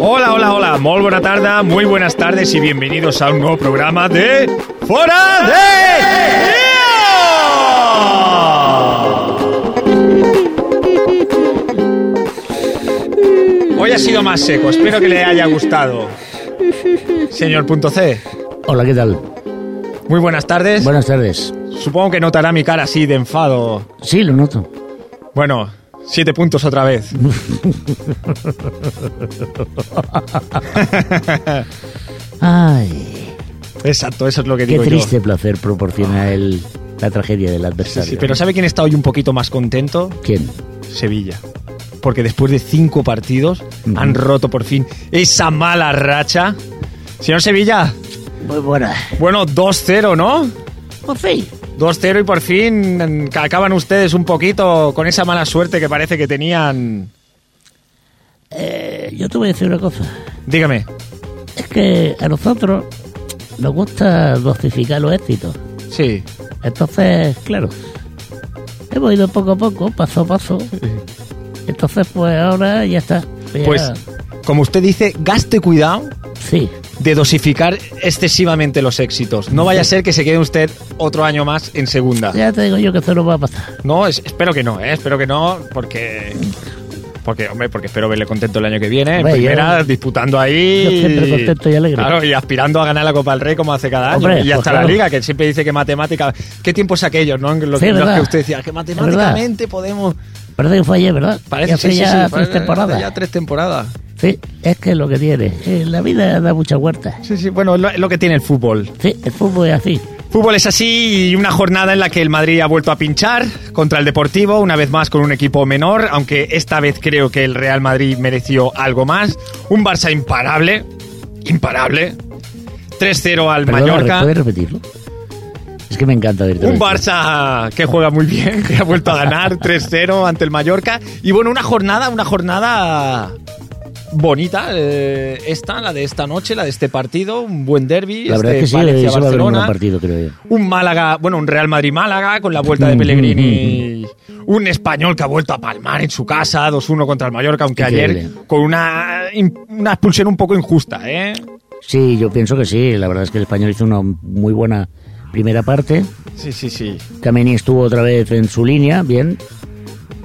Hola, hola, hola, muy buena tarde, muy buenas tardes y bienvenidos a un nuevo programa de Fora de Lío. Hoy ha sido más seco, espero que le haya gustado. Señor punto C, Hola, ¿qué tal? muy buenas tardes. Buenas tardes. Supongo que notará mi cara así de enfado. Sí, lo noto. Bueno, siete puntos otra vez. Ay, Exacto, eso es lo que qué digo triste yo. Ah. placer proporciona el, la tragedia del Sí, adversario. sí, pero ¿sabe quién está hoy un poquito más contento? ¿Quién? Sevilla. Porque después de cinco partidos Ujú. han roto por fin esa mala racha. Señor Sevilla, Muy buena. bueno, 2-0, ¿no? Por fin. 2-0 y por fin mm, que acaban ustedes un poquito con esa mala suerte que parece que tenían. Eh, yo te voy a decir una cosa. Dígame. Es que a nosotros nos gusta dosificar los éxitos. Sí. Entonces, claro, hemos ido poco a poco, paso a paso. Entonces, pues ahora ya está. Ya- Pues, como usted dice, gaste cuidado Sí, de dosificar excesivamente los éxitos. No vaya a ser que se quede usted otro año más en segunda. ya te digo yo que eso no va a pasar. No, es- espero que no, ¿eh? espero que no, porque. Porque, hombre, porque espero verle contento el año que viene, en Hombre, primera, yo- disputando ahí. yo siempre contento y alegre. Claro, y aspirando a ganar la Copa del Rey como hace cada año. Hombre, y hasta pues la claro. Liga, que siempre dice que matemática. ¿Qué tiempos aquellos, no? En Lo, Sí, que- lo verdad. que usted decía, que matemáticamente podemos. Parece que fue ayer, ¿verdad? Parece que hace sí, sí, ya sí, tres parece- temporadas. Ya tres temporadas. Sí, es que es lo que tiene. Eh, la vida da muchas vueltas. Sí, sí, bueno, es lo- es lo que tiene el fútbol. Sí, el fútbol es así. Fútbol es así y una jornada en la que el Madrid ha vuelto a pinchar contra el Deportivo, una vez más con un equipo menor, aunque esta vez creo que el Real Madrid mereció algo más. Un Barça imparable, imparable. 3-0 al Perdona, Mallorca. ¿Puedes repetirlo? Es que me encanta oírte. Un decir. Barça que juega muy bien, que ha vuelto a ganar 3-0 ante el Mallorca. Y bueno, una jornada, una jornada bonita, eh, esta, la de esta noche, la de este partido, un buen derby. La verdad este es que sí, Valencia- eso va a haber un buen Barcelona. partido, creo yo. Un Málaga, bueno, un Real Madrid-Málaga con la vuelta de Mm, Pellegrini. Un español que ha vuelto a palmar en su casa, 2-1 contra el Mallorca, aunque ayer Increíble. con una, una expulsión un poco injusta, ¿eh? Sí, yo pienso que sí. La verdad es que el español hizo una muy buena primera parte. Sí, sí, sí. Kameni estuvo otra vez en su línea, bien.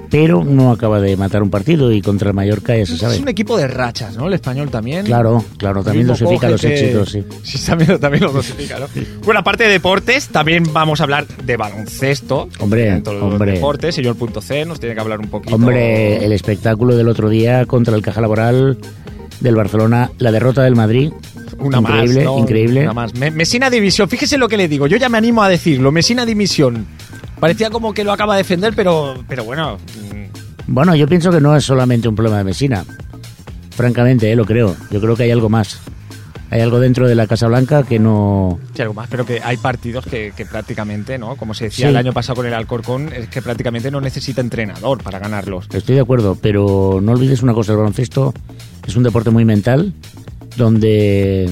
Pero no acaba de matar un partido y contra el Mallorca ya se Es sabe. un equipo de rachas, ¿no? El español también. Claro, claro, también Mismo dosifica los cógete. éxitos, sí. Sí, también, también los dosifica, ¿no? Bueno, aparte de deportes, también vamos a hablar de baloncesto. Hombre, Dentro de los hombre. deportes, señor punto C, nos tiene que hablar un poquito. Hombre, el espectáculo del otro día contra el Caja Laboral del Barcelona, la derrota del Madrid. Una increíble, más, ¿no? increíble. Una más. Me- Mesina división, fíjese lo que le digo, yo ya me animo a decirlo, Mesina división. Parecía como que lo acaba de defender, pero, pero bueno, mm, Bueno, yo pienso que no es solamente un problema de Mesina. Francamente, eh, lo creo. Yo creo que hay algo más. Hay algo dentro de la Casa Blanca que no. sí, algo más, pero que hay partidos que, que prácticamente, ¿no? Como se decía Sí. el año pasado con el Alcorcón, es que prácticamente no necesita entrenador para ganarlos. Estoy de acuerdo, pero no olvides una cosa: el baloncesto es un deporte muy mental donde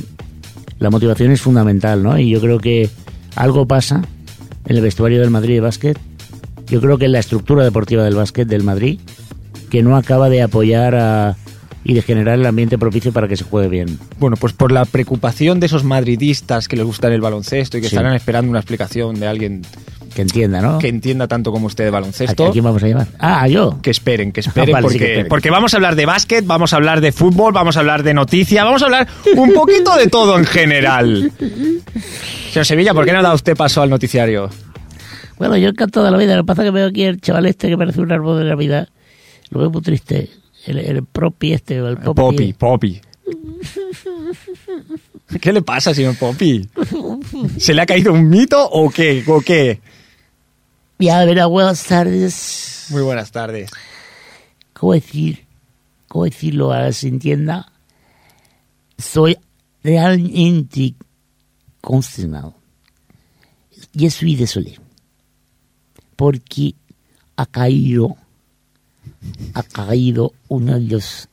la motivación es fundamental, ¿no? Y yo creo que algo pasa en el vestuario del Madrid de básquet. Yo creo que en la estructura deportiva del básquet del Madrid que no acaba de apoyar a- y de generar el ambiente propicio para que se juegue bien. Bueno, pues por la preocupación de esos madridistas que les gustan el baloncesto y que Sí. estarán esperando una explicación de alguien Que entienda, ¿no? que entienda tanto como usted de ¿A- baloncesto. ¿A quién vamos a llamar? Ah, ¿a yo. Que esperen, que esperen, Vale, sí porque, que esperen. porque vamos a hablar de básquet, vamos a hablar de fútbol, vamos a hablar de noticia, vamos a hablar un poquito de todo en general. Señor Sevilla, ¿por qué no da usted paso al noticiario? Bueno, yo encantado de la vida. Lo que pasa es que veo aquí el chaval este que parece un árbol de Navidad. Lo veo muy triste. El, el propi este, o el Poppy, popi. Poppy. ¿Qué le pasa, señor Poppy? ¿Se le ha caído un mito o qué? ¿O qué? Ya, verá, buenas tardes. Muy buenas tardes. ¿Cómo decir? ¿Cómo decirlo a que se entienda? Soy realmente consternado. Y soy desolé. Porque ha caído, ha caído uno de los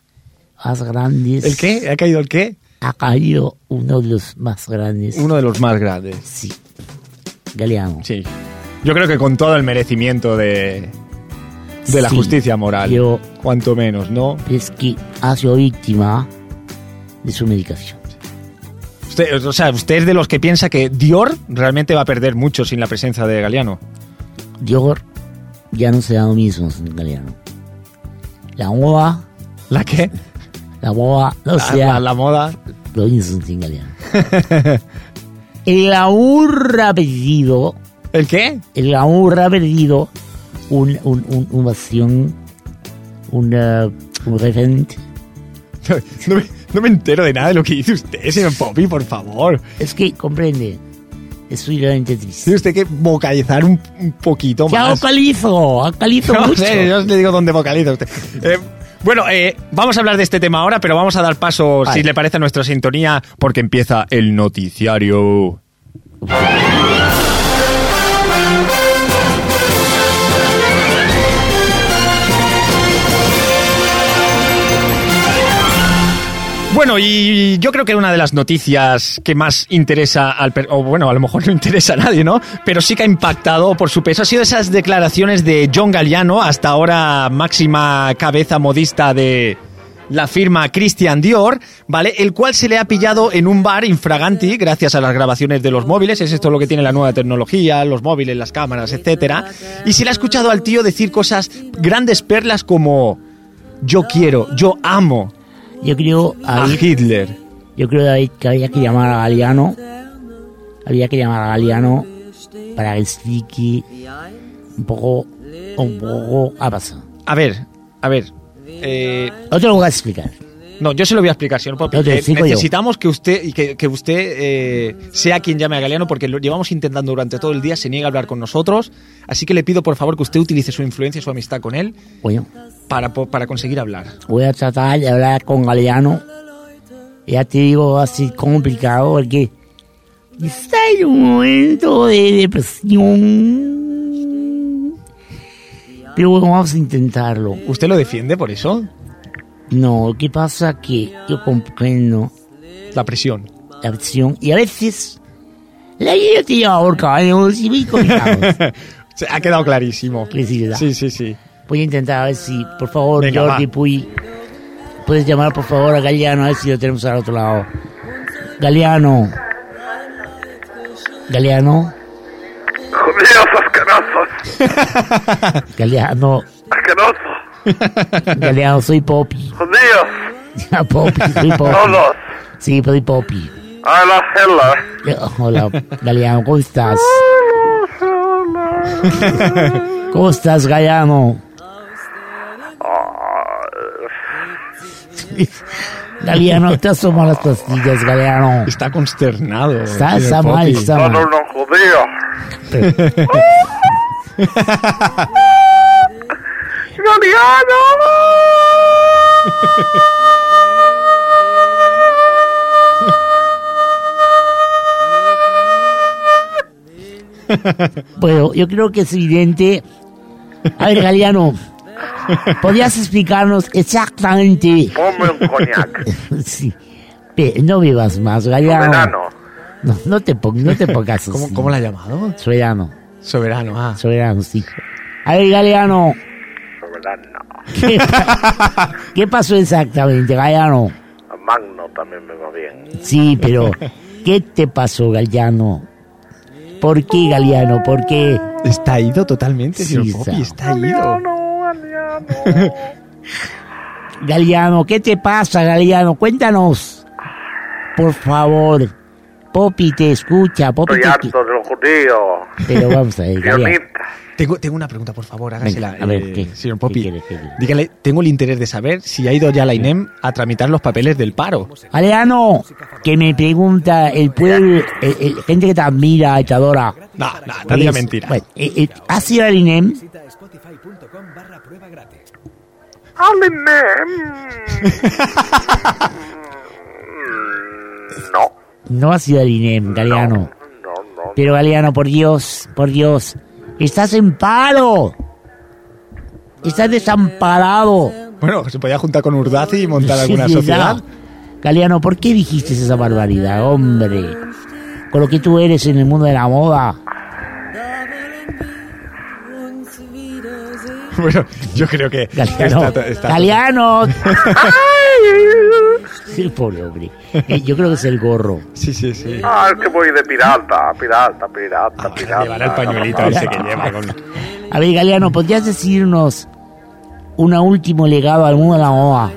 más grandes. ¿El qué? ¿Ha caído el qué? ha caído uno de los más grandes. Uno de los más grandes. Sí. Galeano. Sí. Yo creo que con todo el merecimiento de, de la Sí, justicia moral. yo- Cuanto menos, ¿no? Es que ha sido víctima de su medicación. Usted, o sea, usted es de los que piensa que Dior realmente va a perder mucho sin la presencia de Galeano. Dior ya no será lo mismo en italiano. La moda, ¿La qué? la moda no La- será la- la moda. lo mismo en italiano. El amor ha perdido, ¿El qué? el amor ha perdido un, un, un, un pasión, una, un referente. No, no me, no me entero de nada de lo que dice usted, señor Poppy, por favor. Es que, comprende, estoy realmente triste. Tiene usted que vocalizar un, un poquito Ya más. vocalizo, vocalizo No mucho. sé, yo le digo dónde vocaliza usted. Eh, bueno, eh, vamos a hablar de este tema ahora, pero vamos a dar paso, Vale. si le parece, a nuestra sintonía, porque empieza el noticiario. Bueno, y yo creo que una de las noticias que más interesa al... per- O bueno, a lo mejor no interesa a nadie, ¿no? Pero sí que ha impactado por su peso. Ha sido esas declaraciones de John Galliano, hasta ahora máxima cabeza modista de la firma Christian Dior, ¿vale? El cual se le ha pillado en un bar infraganti gracias a las grabaciones de los móviles. Es esto lo que tiene la nueva tecnología, los móviles, las cámaras, etcétera. Y se le ha escuchado al tío decir cosas, grandes perlas como... Yo quiero, yo amo Yo creo, a ahí- Hitler. Yo creo David, que había que llamar a Galeano. Había que llamar a Galeano para que explique un poco, un poco ha pasado. A ver, a ver. eh, No te lo voy a explicar. no, yo se lo voy a explicar, señor Poppy. No, te Eh, explico yo. necesitamos que usted y que, que usted eh, sea quien llame a Galeano porque lo llevamos intentando durante todo el día, se niega a hablar con nosotros. Así que le pido por favor que usted utilice su influencia y su amistad con él Bueno, para, po- para conseguir hablar. voy a tratar de hablar con Galeano. Ya te digo, así complicado porque está en un momento de depresión. Pero bueno, vamos a intentarlo. ¿Usted lo defiende por eso? No, ¿qué pasa? Que yo comprendo La presión. la presión y a veces la guillotina ahorca a los complicados. Se- ha quedado clarísimo. Que sí, ¿verdad? Sí, sí, sí. Voy a intentar a ver si, por favor, Venga, Jordi va. Puy, puedes llamar por favor a Galeano a ver si lo tenemos al otro lado. Galeano. Galeano. Judíos asquerosos, Galeano. asquerosos, Galeano, soy Poppy. judíos, Ya, Poppy, soy Poppy. todos, Sí, soy Poppy. a la hela. Eh, Hola, Galeano, ¿cómo estás? ¿Cómo estás, Galeano? Galeano, estás tomando las pastillas, Galeano. Está consternado. Está, señor está mal, Poppy. está Son mal. unos judíos. ¡Galeano! Bueno, yo creo que es evidente. A ver, Galeano, ¿podrías explicarnos exactamente? Ponme un coñac, Sí. Pe- No vivas más, un Galeano. enano. No, no te, pon- no te pongas ¿Cómo, así. cómo la ha llamado? Soberano, Soberano, ah. soberano, sí. A ver, Galeano, Soberano. ¿qué, pa- qué pasó exactamente, Galeano? A Magno también me va bien. Sí, pero ¿qué te pasó, Galeano? ¿Por qué, Galeano? ¿Por qué? Está ido totalmente, Sí, señor Poppy. está. Está ido. Galeano, ¿qué te pasa, Galeano? Cuéntanos. Por favor. Popi te escucha, Popi Estoy te escu- harto de los judíos, Pero vamos a ver, Galeano. sionistas. Tengo, tengo una pregunta, por favor, hágasela. Venga, a ver, eh, ¿qué? Señor ¿Qué Poppy, quiere, qué quiere? dígale, tengo el interés de saber si ha ido ya la INEM a tramitar los papeles del paro. Galeano, que me pregunta el pueblo, el- el- gente que te admira y te adora. No, no, no diga Es- mentira. Pues, Bueno, eh, eh, ¿Has ido al INEM? Visita spotify.com barra prueba gratis. Mm, No, No has ido al INEM, Galeano. no, no. Pero Galeano, por Dios, por Dios. Estás en paro. Estás desamparado. Bueno, se podía juntar con Urdazi y montar alguna Sí, sí, sociedad. ya. Galeano, ¿por qué dijiste esa barbaridad, hombre? Con lo que tú eres en el mundo de la moda. Bueno, yo creo que. Galeano. está- está- Galeano. Sí, pobre hombre. Eh, yo creo que es el gorro. Sí, sí, sí. Ah, es que voy de pirata, pirata, pirata, pirata. Ah, Llevará el pañuelito ese que lleva con. A ver, Galeano, ¿podrías decirnos un último legado al mundo de la moda?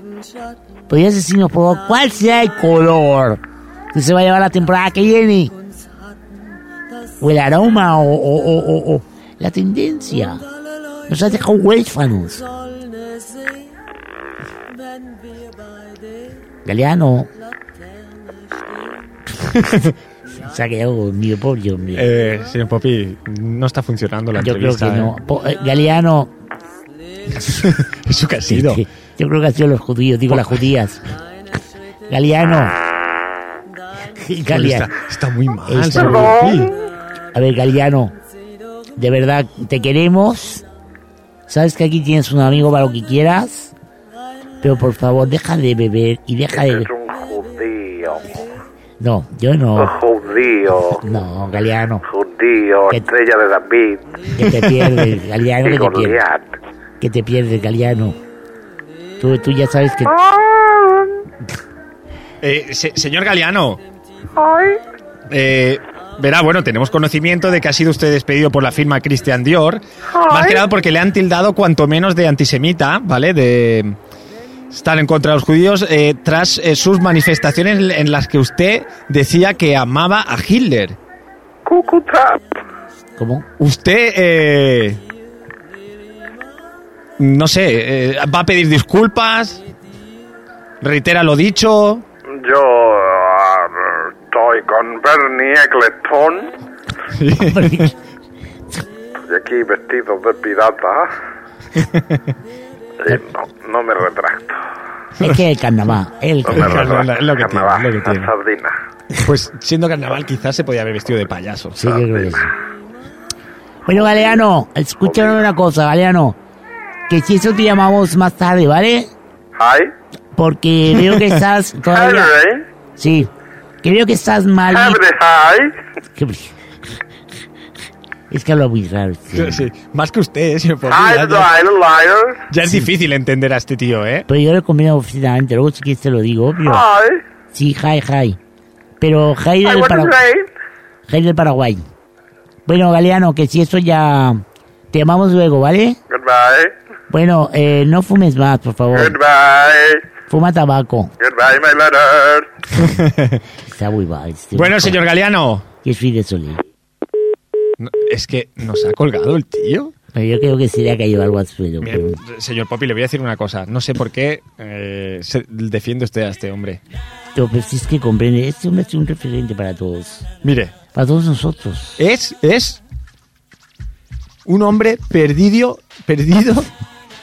¿Podrías decirnos por favor, cuál será el color que se va a llevar la temporada que viene? ¿O el aroma o, o- o- o- o la tendencia? Nos has dejado huérfanos. Galeano. se ha quedado mi pobre hombre. Eh, señor Poppy, no está funcionando la Yo creo que entrevista. no. Po- eh, Galeano. Eso que ha sido. Sí, Yo creo que han sido los judíos, digo las judías. Galeano. Galeano. Está, está muy mal, Está- señor Poppy. A ver, Galeano. De verdad, te queremos. Sabes que aquí tienes un amigo para lo que quieras. Pero por favor, deja de beber y deja de... Es un judío, No, yo Oh. un no. judío, No, Galeano. judío, Que- estrella de David Que te pierdes, Galeano, y que te pierdes. Goliat. Que te pierdes, Galeano. Tú, tú ya sabes que... Eh, se- señor Galeano. Eh, verá, bueno, tenemos conocimiento de que ha sido usted despedido por la firma Christian Dior. Más que nada porque le han tildado cuanto menos de antisemita, ¿vale? De estar en contra de los judíos eh, tras eh, sus manifestaciones en- en las que usted decía que amaba a Hitler. Cúcuta. ¿Cómo? Usted, eh, no sé, eh, va a pedir disculpas, reitera lo dicho. Yo ah, estoy con Bernie Eccleston y aquí vestido de pirata. Y no, no me retracto. Es que el carnaval. El No me carnaval. Carnaval, retracto. es lo que tiene, Carnaval, es lo que la tiene. sardina. Pues siendo carnaval quizás se podía haber vestido de payaso. Sí, yo creo que sí. Bueno, Galeano, escúchame una cosa, Galeano. Que si eso te llamamos más tarde, ¿vale? Hi, Porque veo que estás todavía... Henry. Sí. Que veo que estás mal... Henry, hi. Qué br- Es que habla muy raro. este. Sí, más que usted, eh, señor Pompeu, Hi, ya- ya, Lyle, liar. ya es difícil entender a este tío, ¿eh? Pero yo lo combino oficialmente, luego si quieres te lo digo, obvio. Ah. Hi, Sí, hi, hi. Pero hi I del, want to Paraguay, say. hi del Paraguay. Bueno, Galeano, que si eso ya... Te llamamos luego, ¿vale? Goodbye. Bueno, eh, no fumes más, por favor. Goodbye. Fuma tabaco. Goodbye, my letter. Está muy mal. este. Bueno, señor Galeano. Que soy de Solé. no- Es que nos ha colgado el tío. Pero yo creo que sí le ha caído algo al suelo. Mire, pero- señor Poppy, le voy a decir una cosa. No sé por qué eh, se- defiende usted a este hombre. Pero, pues, es que comprende. Este hombre es un referente para todos. Mire, Para todos nosotros. es, es un hombre perdido, perdido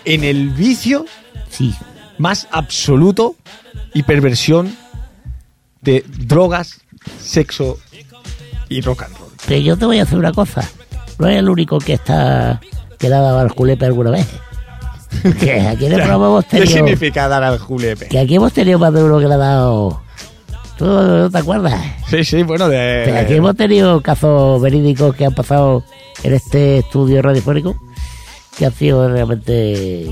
en el vicio Sí. más absoluto y perversión de drogas, sexo y rock and roll. Pero yo te voy a hacer una cosa. No es el único que está... Que le ha dado al julepe alguna vez. Que aquí en el programa hemos ¿Qué tenido... significa dar al julepe? Que aquí hemos tenido más de uno que le ha dado... ¿Tú no te acuerdas? Sí, sí, bueno, Pero aquí de... eh, hemos tenido casos verídicos que han pasado en este estudio radiofónico que han sido realmente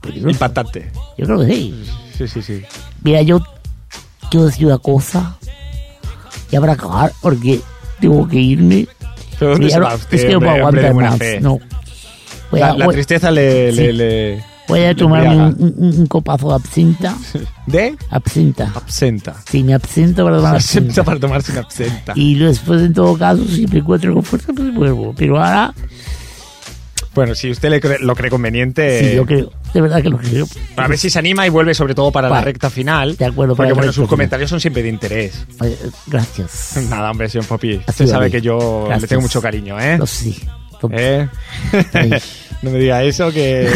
peligrosos. Impactante. Yo creo que sí. Sí, sí, sí. Mira, yo quiero decir una cosa. Ya para acabar, porque tengo que irme. ¿Pero dónde Mira, se no, va usted, es que no hombre, puedo hombre de aguantar buena más. fe? No. Voy a, La, la voy- tristeza le... Sí. le- le- voy a le tomarme un, embriaga. un- un copazo de absenta. ¿De? Absenta. Absenta. Si me absento para tomar absenta. Absenta para tomarse una absenta. Y después, en todo caso, si me encuentro con fuerza, pues vuelvo. Pero ahora... Bueno, si usted le cree- lo cree conveniente. Sí, yo creo. De verdad que lo creo. A ver si se anima y vuelve sobre todo para la Vale. recta final. De acuerdo, para Porque la bueno, recta sus final. comentarios son siempre de interés. Eh, Gracias. Nada, hombre, señor Poppy. Usted sido sabe ahí. que yo le Gracias. tengo mucho cariño, ¿eh? Lo sé. Lo- ¿Eh? Ay. no me diga eso que...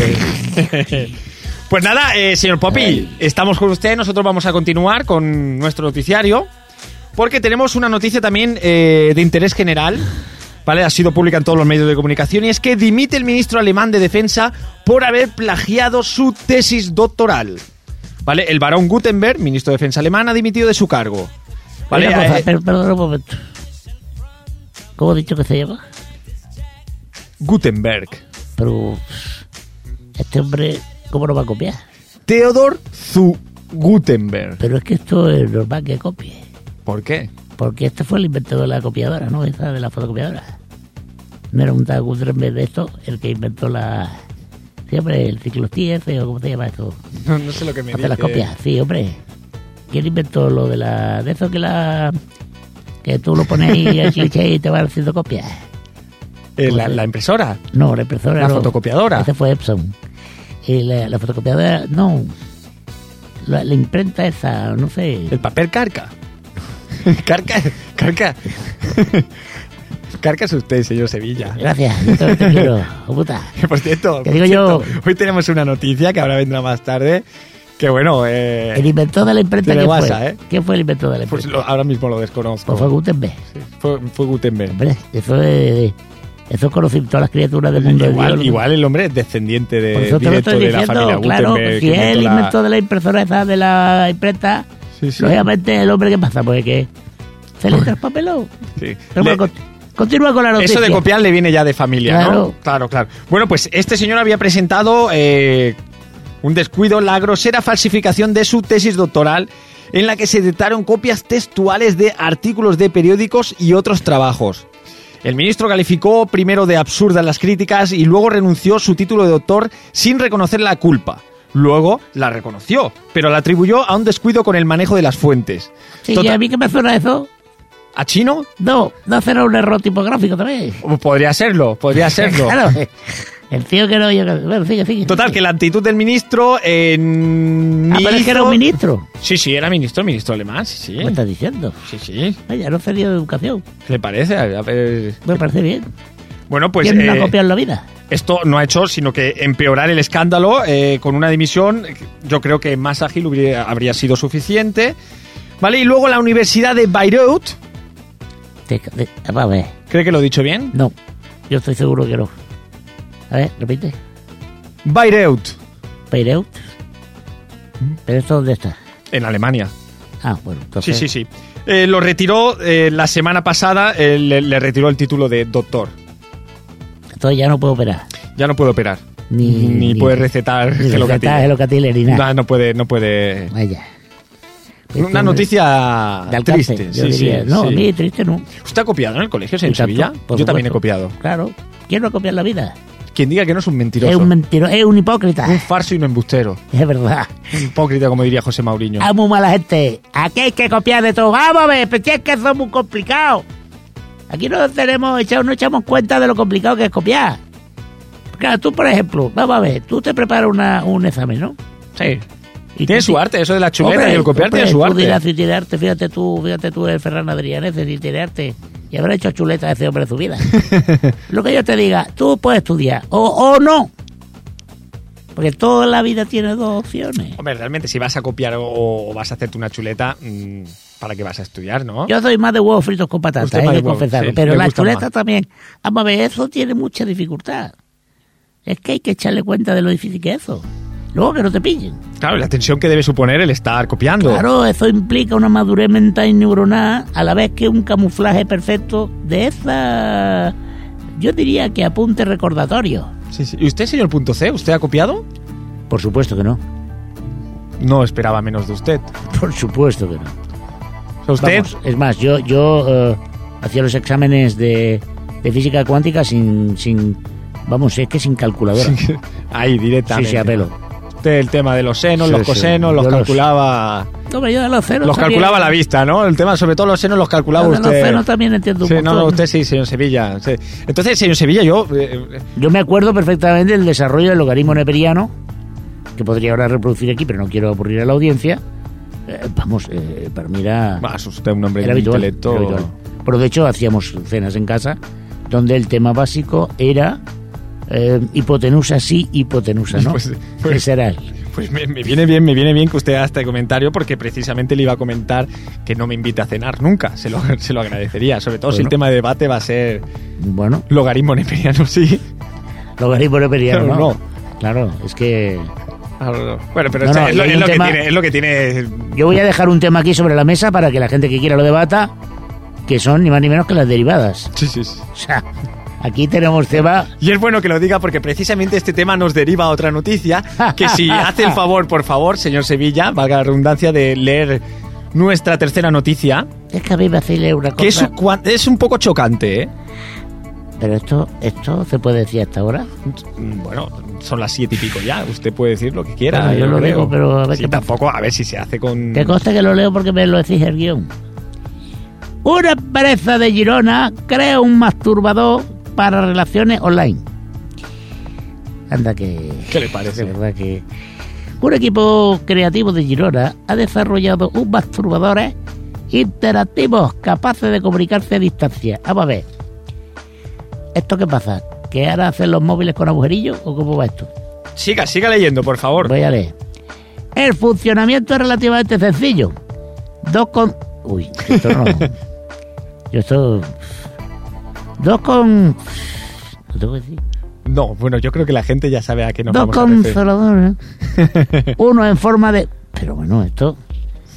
pues nada, eh, señor Poppy, estamos con usted. Nosotros vamos a continuar con nuestro noticiario. Porque tenemos una noticia también eh, de interés general. ¿Vale? Ha sido pública en todos los medios de comunicación y es que dimite el ministro alemán de Defensa por haber plagiado su tesis doctoral. ¿Vale? El barón Gutenberg, ministro de Defensa alemán, ha dimitido de su cargo. ¿Vale? Una cosa, Eh, per- perdona un momento. ¿Cómo he dicho que se llama? Gutenberg. pero este hombre, ¿cómo no va a copiar? Theodor zu Gutenberg. Pero es que esto es normal que copie, ¿Por qué? porque este fue el inventor de la copiadora, ¿no? Esa de la fotocopiadora. No era un tal Gutenberg de esto el que inventó la... Siempre el ciclo ese o cómo se llama esto. No, sé lo que me Hace las copias, sí, hombre. ¿Quién inventó lo de la... de eso que la... que tú lo pones ahí el cliché y te van haciendo copias? la, la impresora. No, la impresora La no. fotocopiadora. Ese fue Epson. Y la, la fotocopiadora, no. La, la imprenta esa, no sé. El papel carca. carca, carca. carca es usted, señor Sevilla. Gracias, yo te quiero, oh, puta. Por cierto, Que por digo cierto, yo- hoy tenemos una noticia que ahora vendrá más tarde. Que bueno, eh, El inventor de la imprenta, Tiene ¿quién fue? guasa, ¿eh? ¿Quién fue el inventor de la pues imprenta? lo- ahora mismo lo Pues fue desconozco. Gutenberg. Fue, fue Gutenberg. Hombre, eso es... Eso conocí todas las criaturas del mundo de Igual, Dios. igual el hombre es descendiente de, Por eso te lo directo estoy de la familia diciendo, claro, Gutenberg. si que es el inventó la- invento de la impresora esa de la imprenta, Sí, Pues sí. lógicamente el hombre que pasa, porque que se le traspapeló. Sí. Pero Le- bueno, con- continúa con la noticia. Eso de copiar le viene ya de familia, ¿no? Claro. Claro, claro. Bueno, pues este señor había presentado eh, un descuido, la grosera falsificación de su tesis doctoral en la que se dictaron copias textuales de artículos de periódicos y otros trabajos. El ministro calificó primero de absurdas las críticas y luego renunció su título de doctor sin reconocer la culpa. Luego la reconoció, pero la atribuyó a un descuido con el manejo de las fuentes. Sí, Total- ¿y a mí que me suena eso. ¿A chino? No, no será un error tipográfico también. Podría serlo, podría serlo. Claro. El tío que no... Yo, bueno, sigue, sigue. Total, que la actitud del ministro eh, ni Ah, pero es que era hizo- un ministro. Sí, sí, era ministro, ministro alemán, sí, ¿Qué me sí. estás diciendo? Sí, sí. Vaya, no sería de educación. ¿Qué le parece? A ver- Me parece bien. Bueno, pues ¿Quién no eh, ha copiado en la vida? esto no ha hecho sino que empeorar el escándalo eh, con una dimisión. eh, Yo creo que más ágil hubiera- habría sido suficiente. Vale, y luego la Universidad de Beirut. Te- te- vamos a ver. ¿Cree que lo he dicho bien? No, yo estoy seguro que no. A ver, repite. Beirut, Peireut. ¿Pero esto dónde está? en Alemania. Ah, bueno, Sí, entonces. sí, sí. Eh, lo retiró eh, la semana pasada, eh, le- le retiró el título de doctor. Entonces ya no puedo operar. Ya no puede operar. Ni, Ni- ni- puede recetar Ni gelocatina. recetas, gelocatile, ni nada. Ah, No, no puede, no puede. Vaya. Una noticia Ah, de alcance, triste. yo sí, diría. sí, no, sí. a mí triste no. ¿Usted ha copiado en el colegio Y en tanto, Sevilla? Yo por también he supuesto. copiado. Claro. ¿Quién no ha copiado en la vida? Quien diga que no es un mentiroso. Es un mentiroso, es un hipócrita. Un farso y un embustero. Es verdad. Un hipócrita, como diría José Mauriño. Amo muy mala gente. Aquí hay que copiar de todo. Vamos a ver, pero si es que somos muy complicados. Aquí no tenemos, echado- no echamos cuenta de lo complicado que es copiar. Claro, tú, por ejemplo, vamos a ver, tú te preparas una- un examen, ¿no? Sí. Y Tiene tú su ti- arte, eso de la chuleta Hombre, y el copiar hombre, tiene su Tú dirás arte. si tiene arte, fíjate tú, fíjate tú el Ferran Adrián ese, si tiene arte. Y habrá hecho chuleta ese hombre en su vida. Lo que yo te diga, tú puedes estudiar o, o no. Porque toda la vida tiene dos opciones. Hombre, realmente, si vas a copiar o, o vas a hacerte una chuleta, mm, ¿para qué vas a estudiar, no? Yo soy más de huevos fritos con patatas, Usted hay más de que huevos, confesarlo. sí, pero le la gusta chuleta más. también. Vamos a ver, eso tiene mucha dificultad. Es que hay que echarle cuenta de lo difícil que es eso. Luego que no te pillen. Claro, y la tensión que debe suponer el estar copiando. Claro, eso implica una madurez mental y neuronal a la vez que un camuflaje perfecto de esa, yo diría que apunte recordatorio. Sí, sí. ¿Y usted, señor punto C, usted ha copiado? Por supuesto que no. No esperaba menos de usted. Por supuesto que no. O sea, usted Vamos, es más, yo, yo eh, hacía los exámenes de, de física cuántica sin, sin, vamos, es que sin calculadora. Sí, ahí sí, directamente. a pelo. Usted el tema de los senos, Sí, los sí. cosenos, los Yo los- calculaba. Hombre, yo de los ceros Los también- calculaba a la vista, ¿no? El tema, sobre todo los senos, los yo calculaba de los usted. ceros también entiendo un Sí, no, montón. no, usted sí, señor Sevilla. sí. Entonces, señor Sevilla, yo. eh, eh, Yo me acuerdo perfectamente del desarrollo del logaritmo neperiano, que podría ahora reproducir aquí, pero no quiero aburrir a la audiencia. Eh, vamos, eh, para mí era, bah, es usted un hombre era de un habitual, intelecto. era habitual. Pero de hecho hacíamos cenas en casa donde el tema básico era eh, hipotenusa sí, hipotenusa no. Pues- pues- Ese era el- Pues me, me viene bien, me viene bien que usted haga este comentario porque precisamente le iba a comentar que no me invite a cenar nunca. Se lo, se lo agradecería. Sobre todo si el Bueno. tema de debate va a ser Bueno, logaritmo neperiano, sí. logaritmo neperiano Claro, no. no. Claro, es que... eh, Bueno, pero No, esto no, es, y lo, hay es un lo tema- que tiene, es lo que tiene Yo voy a dejar un tema aquí sobre la mesa para que la gente que quiera lo debata, que son ni más ni menos que las derivadas. Sí, sí, sí. O sea, Aquí tenemos tema. Y es bueno que lo diga porque precisamente este tema nos deriva a otra noticia, que si hace el favor, por favor, señor Sevilla, valga la redundancia, de leer nuestra tercera noticia, Déjame hacerle una cosa. que es un, cua- es un poco chocante, ¿eh? Pero esto, esto se puede decir hasta ahora. Mm, Bueno, son las siete y pico ya, usted puede decir lo que quiera. Bueno, yo lo creo. digo, pero a ver Sí, qué pasa. tampoco, a ver si se hace con... Que conste que lo leo porque me lo exige el guión. Una empresa de Girona crea un masturbador para relaciones online. Anda que... ¿Qué le parece? De verdad que... Un equipo creativo de Girona ha desarrollado un masturbador interactivos capaces de comunicarse a distancia. Vamos a ver. ¿Esto qué pasa? ¿Que ahora hacen los móviles con agujerillos o cómo va esto? Siga, siga leyendo, por favor. Voy a leer. El funcionamiento es relativamente sencillo. Dos con... Uy, esto no. Yo esto... Dos con... ¿Lo tengo que decir? No, bueno, yo creo que la gente ya sabe a qué nos Dos vamos a referir. consoladores. Uno en forma de... Pero bueno, esto...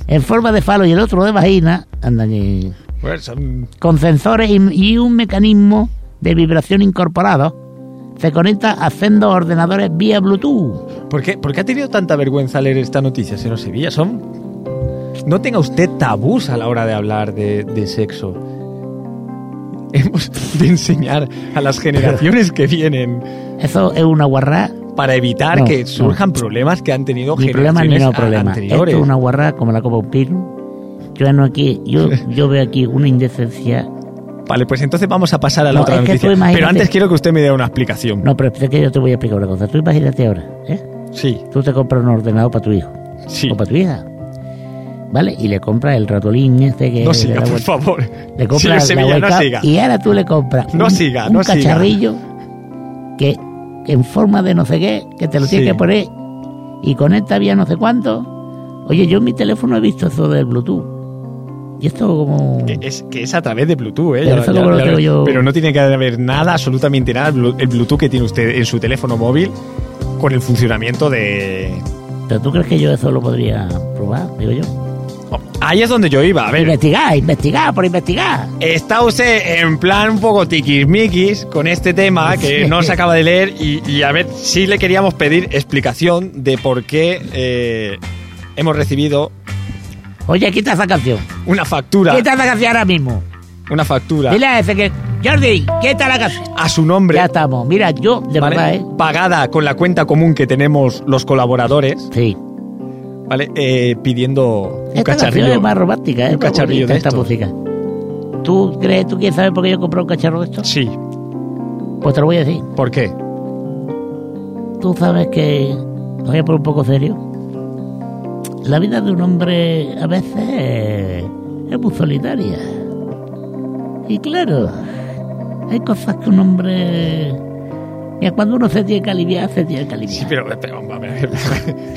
En forma de falo y el otro de vagina. Andan y- Bueno, son- Con sensores y, y un mecanismo de vibración incorporado. Se conecta a sendos ordenadores vía Bluetooth. ¿Por qué, por qué ha tenido tanta vergüenza leer esta noticia, señor Sevilla? Son... No tenga usted tabús a la hora de hablar de, de sexo. Hemos de enseñar a las generaciones que vienen Eso es una guarrada para evitar No, que no. surjan problemas que han tenido Ni problema ni generaciones no a- problema. Esto anteriores. es una guarrada como la copa de un pino. Yo no aquí, yo, yo veo aquí una indecencia. Vale, pues entonces vamos a pasar a la No, otra es que tú noticia. imagínate- Pero antes quiero que usted me dé una explicación. No, pero es que yo te voy a explicar una cosa. Tú imagínate ahora, ¿eh? Sí, Tú te compras un ordenador para tu hijo sí. o para tu hija, ¿vale? Y le compras el ratolín este que No le da siga, por vuelta. favor. Le Señor compras la Sevilla, no webcam siga. y ahora tú le compras No un, siga, un no siga. cacharrillo que que en forma de no sé qué, que te lo tienes Sí. que poner y conecta vía no sé cuánto. Oye, yo en mi teléfono he visto eso del Bluetooth. Y esto como... Que es, que es a través de Bluetooth, ¿eh? Pero eso como lo tengo yo- pero no tiene que haber nada, absolutamente nada, blu- el Bluetooth que tiene usted en su teléfono móvil con el funcionamiento de... ¿Pero tú crees que yo eso lo podría probar? Digo yo. Oh, ahí es donde yo iba, a ver. Investigar, investigar, por investigar. Está usted en plan un poco tiquismiquis con este tema que Sí. no se acaba de leer y, y a ver, sí le queríamos pedir explicación de por qué eh, hemos recibido Oye, quita esa canción. una factura, Quita esa canción ahora mismo. una factura Dile a ese que... Jordi, quita la canción. a su nombre, Ya estamos. Mira, yo, de ¿vale? verdad, ¿eh? pagada con la cuenta común que tenemos los colaboradores. Sí. ¿vale? Eh, pidiendo un Esta canción cacharrillo. es más romántica, ¿eh? Un cacharrillo Más bonita de esta estos. música. ¿Tú crees, tú quieres saber por qué yo compré un cacharro de esto? Sí, Pues te lo voy a decir. ¿por qué? Tú sabes que... me Voy a poner un poco serio. La vida de un hombre a veces es muy solitaria. Y claro, hay cosas que un hombre... Mira, cuando uno se tiene que aliviar, se tiene que aliviar. Sí, pero, eh, pero, a ver,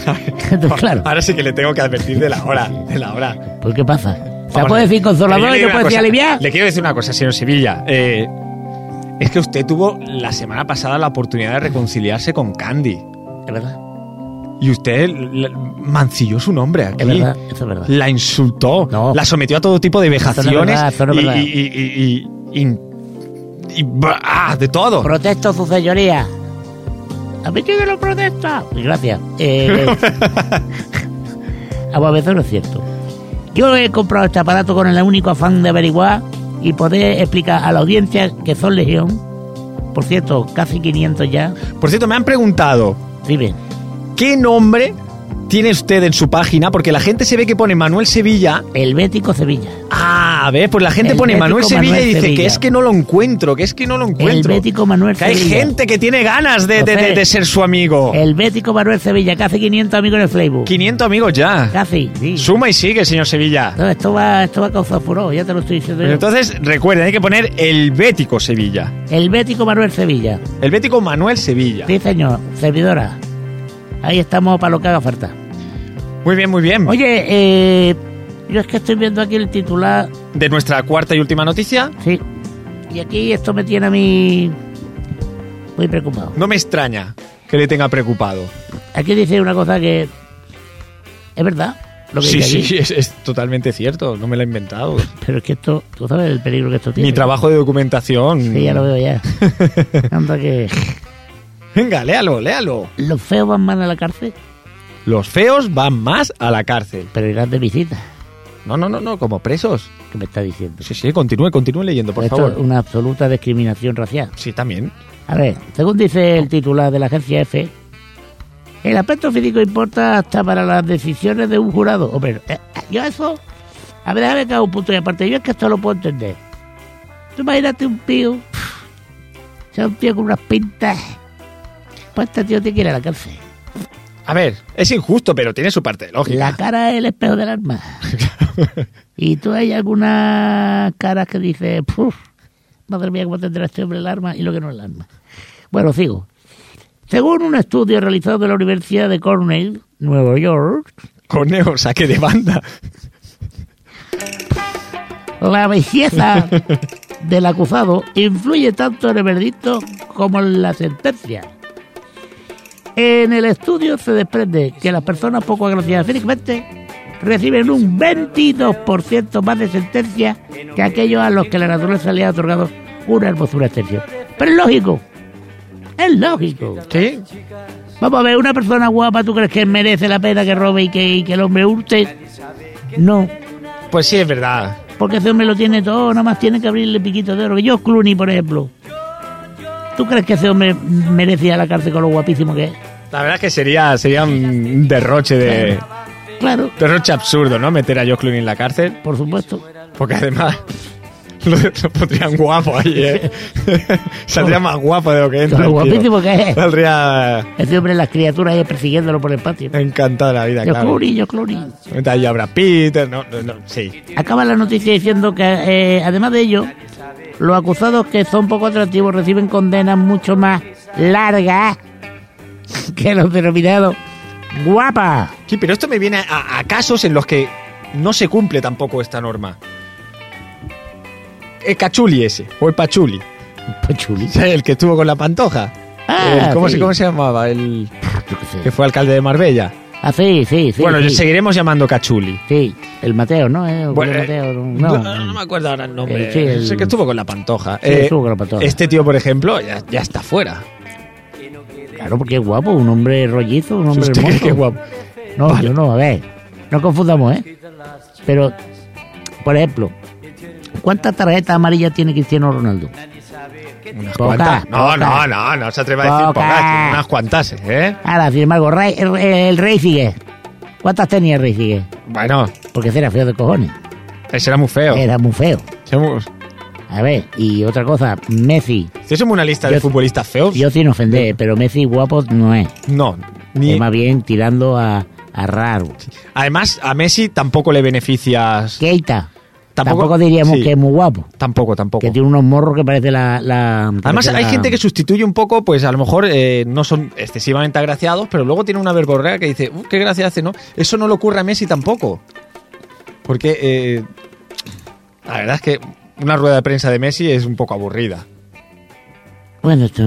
a ver. Entonces, claro. Ahora sí que le tengo que advertir de la hora, de la hora. ¿Por qué pasa? O sea, Vamos a puedes ver. decir Pero consolador yo y le digo no una puedes decir cosa. aliviar. Le quiero decir una cosa, señor Sevilla. Eh, es que usted tuvo la semana pasada la oportunidad de reconciliarse con Candy. Es verdad, Y usted l- l- mancilló su nombre aquí. es verdad, eso es verdad. La insultó, No. la sometió a todo tipo de vejaciones. verdad, eso no es y- verdad. y, y- y- y- y- y- ah, de todo. Protesto, su señoría. A mí que lo protesta. Gracias. Eh, a veces no es cierto. Yo he comprado este aparato con el único afán de averiguar y poder explicar a la audiencia que son legión. Por cierto, casi 500 ya. Por cierto, me han preguntado, Dime. ¿Qué nombre tiene usted en su página? Porque la gente se ve que pone Manuel Sevilla. El Bético Sevilla. Ah, a ver, pues la gente El pone Bético Manuel Sevilla Manuel y dice Sevilla. que es que no lo encuentro, que es que no lo El encuentro. Bético Manuel que hay Sevilla. eh, gente que tiene ganas de, de- de- de ser su amigo. El Bético Manuel Sevilla. Casi 500 amigos en el Facebook. 500 amigos ya. Casi, sí. Suma y sigue, señor Sevilla. No, esto va, esto va a causar furor, ya te lo estoy diciendo. Pero yo. entonces, recuerden, hay que poner el Bético Sevilla. El Bético Manuel Sevilla. El Bético Manuel Sevilla. Sí, señor, servidora. Ahí estamos para lo que haga falta. Muy bien, muy bien. Oye, eh, yo es que estoy viendo aquí el titular, De nuestra cuarta y última noticia, sí. Y aquí esto me tiene a mí muy preocupado. no me extraña que le tenga preocupado. Aquí dice una cosa que es verdad. lo que Sí, dice sí, aquí. es, es totalmente cierto, no me lo he inventado. Pero es que esto, tú sabes el peligro que esto tiene. Mi trabajo de documentación. Sí, ya lo veo ya. Anda que Venga, léalo, léalo. los feos van mal a la cárcel, Los feos van más a la cárcel. pero irán de visita. No, no, no, no, como presos. ¿Qué me está diciendo? Sí, sí, continúe, continúe leyendo, por esto es favor. una absoluta discriminación racial. Sí, también. A ver, según dice el titular de la agencia EFE, el aspecto físico importa hasta para las decisiones de un jurado. Hombre, eh, yo eso, a ver, déjame que haga un punto y aparte, yo es que esto lo puedo entender. Tú imagínate un pío, o sea, un tío con unas pintas, pues este tío tiene que ir a la cárcel. A ver, es injusto, pero tiene su parte de lógica. La cara es el espejo del alma. y tú hay algunas caras que dices, "Puf, madre mía, cómo tendrá este hombre el arma y lo que no es el arma. Bueno, sigo. Según un estudio realizado de la Universidad de Cornell, Nueva York, Corneo, saque de banda. la belleza del acusado influye tanto en el veredicto como en la sentencia. En el estudio se desprende que las personas poco agraciadas físicamente reciben un 22% más de sentencia que aquellos a los que la naturaleza le ha otorgado una hermosura exterior. Pero es lógico, es lógico. ¿Sí? Vamos a ver, una persona guapa, ¿tú crees que merece la pena que robe y que, y que el hombre hurte? No, Pues sí, es verdad. porque ese hombre lo tiene todo, nada más tiene que abrirle piquito de oro. Que yo, Clooney, por ejemplo. ¿Tú crees que ese hombre merece ir a la cárcel con lo guapísimo que es? La verdad es que sería, sería un derroche de. Claro, Derroche absurdo, ¿no? Meter a Joe Clooney en la cárcel. por supuesto. Porque además. Lo, lo pondrían guapo ahí, ¿eh? Saldría más guapo de lo que entra. Con lo el tío. guapísimo que es. Saldría Ese hombre, las criaturas ahí persiguiéndolo por el patio. encantado de la vida, Yo, Eh, claro. Clooney, yo, Clooney. Mete ahí a Brad Pitt, no, no, no, sí. Acaba la noticia diciendo que, eh, además de ello, los acusados que son poco atractivos reciben condenas mucho más largas que los denominados guapas. Sí, pero esto me viene a, a casos en los que no se cumple tampoco esta norma. El cachuli ese, o el pachuli, Pachuli. el que estuvo con la pantoja. Ah, El- Pues Eh, ¿cómo, sí. se, ¿Cómo se llamaba? El Yo qué sé. que fue alcalde de Marbella. Ah, sí, sí, sí. bueno, sí. seguiremos llamando cachuli. Sí, el Mateo, ¿no? Eh, Bueno, el eh, Mateo, no. No, no me acuerdo ahora el nombre. Eh, sí, el- Sé que estuvo con la pantoja. Sí, estuvo con la pantoja. Este tío, por ejemplo, ya, ya está fuera. Claro, porque es guapo, un hombre rollizo, un hombre ¿Usted cree hermoso. que es guapo? No, yo no, a ver, no confundamos, ¿eh? Pero, por ejemplo, ¿cuántas tarjetas amarillas tiene Cristiano Ronaldo? Unas Pocas, cuantas. No, pocas. no, no, no se atreva a decir Pocas. pocas. tiene Unas cuantas, ¿eh? Ahora, sin embargo, Ray- el, el Rey sigue. ¿Cuántas tenía el Rey sigue? Bueno, Porque ese era feo de cojones, ese era muy feo. era muy feo. Ese era muy- A ver, y otra cosa, Messi, Si somos una lista de Yo- futbolistas feos, yo sin ofender, pero Messi guapo no es. no. Es Ni, más bien tirando a, a raro. además, a Messi tampoco le beneficias. Keita. Tampoco, Tampoco- diríamos sí. que es muy guapo. Tampoco, tampoco. Que tiene unos morros que parece la. la- Además, parece hay la- gente que sustituye un poco, pues a lo mejor eh, no son excesivamente agraciados, pero luego tiene una verborrea que dice, "Uh, qué gracia hace, ¿no? Eso no le ocurre a Messi tampoco. Porque eh, la verdad es que una rueda de prensa de Messi es un poco aburrida. Bueno, esto.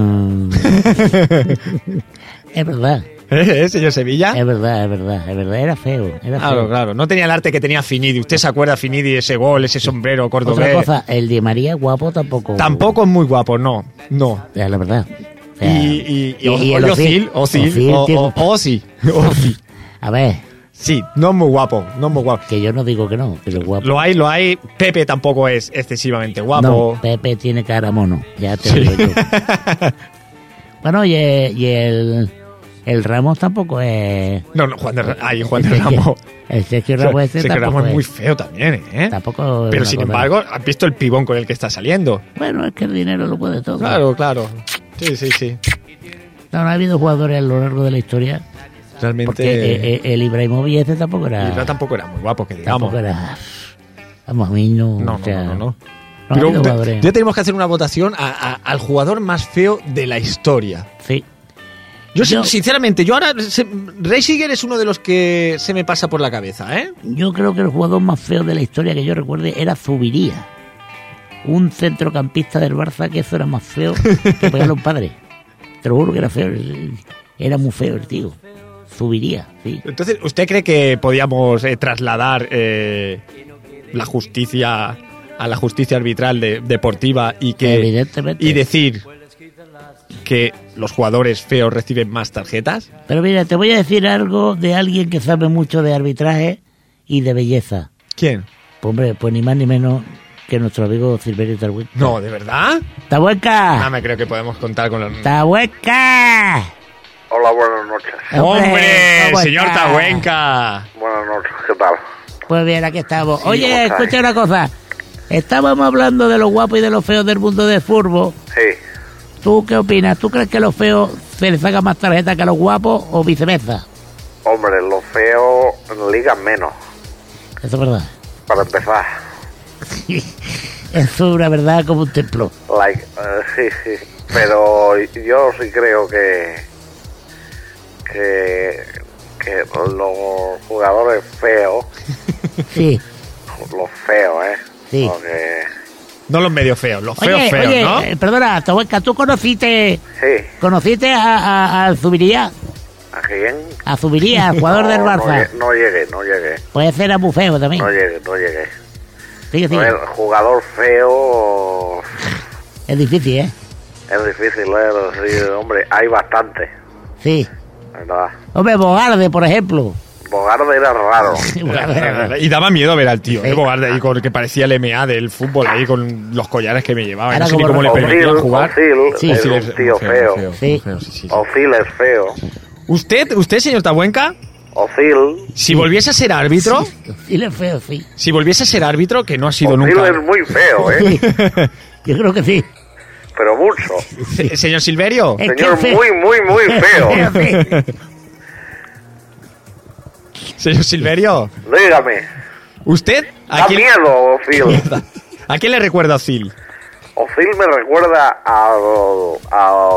es verdad, ¿Eh, señor Sevilla? es verdad, es verdad, es verdad. Era feo. Era Claro, feo. claro. No tenía el arte Ah, que tenía Finidi. ¿Usted se acuerda Finidi, ese gol, ese sombrero Otra cordobés? cosa, el de María guapo tampoco. Tampoco es muy guapo, no. No. O sea, la verdad. O Y, sea, y, y, y- o- y el o- Ozil, Ozil, Ozil, Ozil, o- tío. o- Ozil, Ozil. A ver, Sí, no es muy guapo, no es muy guapo. que yo no digo que no, pero guapo. Lo hay, lo hay. Pepe tampoco es excesivamente guapo. No, Pepe tiene cara mono, ya te lo digo yo. bueno, y, eh, y el, el Ramos tampoco es. No, no, Juan de, Ra- ay, Juan de el Sergio- Ramos. El Sergio O sea, Ramos ese Sergio tampoco Ramos es es. muy feo también, ¿eh? Tampoco es Pero una sin cosa- embargo, has visto el pibón con el que está saliendo. Bueno, es que el dinero lo puede todo. Claro, claro. Sí, sí, sí. No, no ha habido jugadores a lo largo de la historia. Realmente. Porque eh, eh, el Ibrahimovic este tampoco era. y no, tampoco era muy guapo, que digamos. tampoco era. Vamos, a mí no. No, o no, sea, no, no, no. ha Pero habido te- jugadores. ya tenemos que hacer una votación a- a- al jugador más feo de la historia. Sí. Yo, sin- Yo- sinceramente, yo ahora. se- Reisiger es uno de los que se me pasa por la cabeza, ¿eh? Yo creo que el jugador más feo de la historia que yo recuerde era Zubiría. Un centrocampista del Barça que eso era más feo que pegarle a un padre. Te lo juro que era feo. Era muy feo el tío. Zubiría, sí. Entonces, ¿usted cree que podíamos eh, trasladar eh, la justicia a la justicia arbitral de- deportiva y que Evidentemente. y decir que los jugadores feos reciben más tarjetas? Pero mira, te voy a decir algo de alguien que sabe mucho de arbitraje y de belleza. ¿Quién? Pues hombre, pues ni más ni menos que nuestro amigo Silverio Tarbueca. No, ¿de verdad? No ¡Tabueca! me creo que podemos contar con los... ¡Tabueca! Hola, buenas noches. ¡Hombre, ¿cómo señor estás? Tabuenca! Buenas noches, ¿qué tal? Pues bien, aquí estamos. ¿cómo Oye, estás? escucha una cosa. Estábamos hablando de los guapos y de los feos del mundo de furbo. Sí. ¿Tú qué opinas? ¿Tú crees que a los feos se les saca más tarjeta que a los guapos o viceversa? Hombre, lo feo en liga menos, Eso es verdad. para empezar. Es una verdad como un templo. Like, eh, sí, sí. Pero yo sí creo que, que, que los jugadores feos, Sí. los feos, ¿eh? Sí. Porque, No los medio feos, los feos oye, feos, oye, ¿no? eh, perdona, Tabueca, ¿tú conociste, sí, conociste a, a, a Zubiría? ¿a quién? A Zubiría, al jugador No, del no Barça. Pues lle- No, llegué, no llegué, Puede ser a Bufeo también. no llegué, no llegué. Sigue, No, sigue. el jugador feo Es difícil, ¿eh? es difícil, ¿eh? Sí, hombre, hay bastante, Sí. ¿verdad? Hombre, Bogarde, por ejemplo. Bogarde era raro. Eh, Y daba miedo ver al tío, Sí. el Bogarde ahí con que parecía el MA del fútbol ahí con los collares que me llevaba. Ahora no sé ni como cómo le Ozil, permitían jugar. Ozil Sí, es Ozil un tío feo. feo, Sí. feo, sí, sí. Ozil es feo. ¿Usted, usted, señor Tabuenca, Ozil, si volviese a ser árbitro, Sí, le es feo, sí. si volviese a ser árbitro, que no ha sido Ozil nunca. es muy feo, ¿eh? Sí. Yo creo que sí. Pero mucho. Se- eh, Señor Silverio, Es que Señor es feo. muy, muy, muy feo. Es feo, sí. señor Silverio, Dígame, ¿usted a da quién, miedo Ozil. a quién le recuerda Ozil? Ozil me recuerda al... al...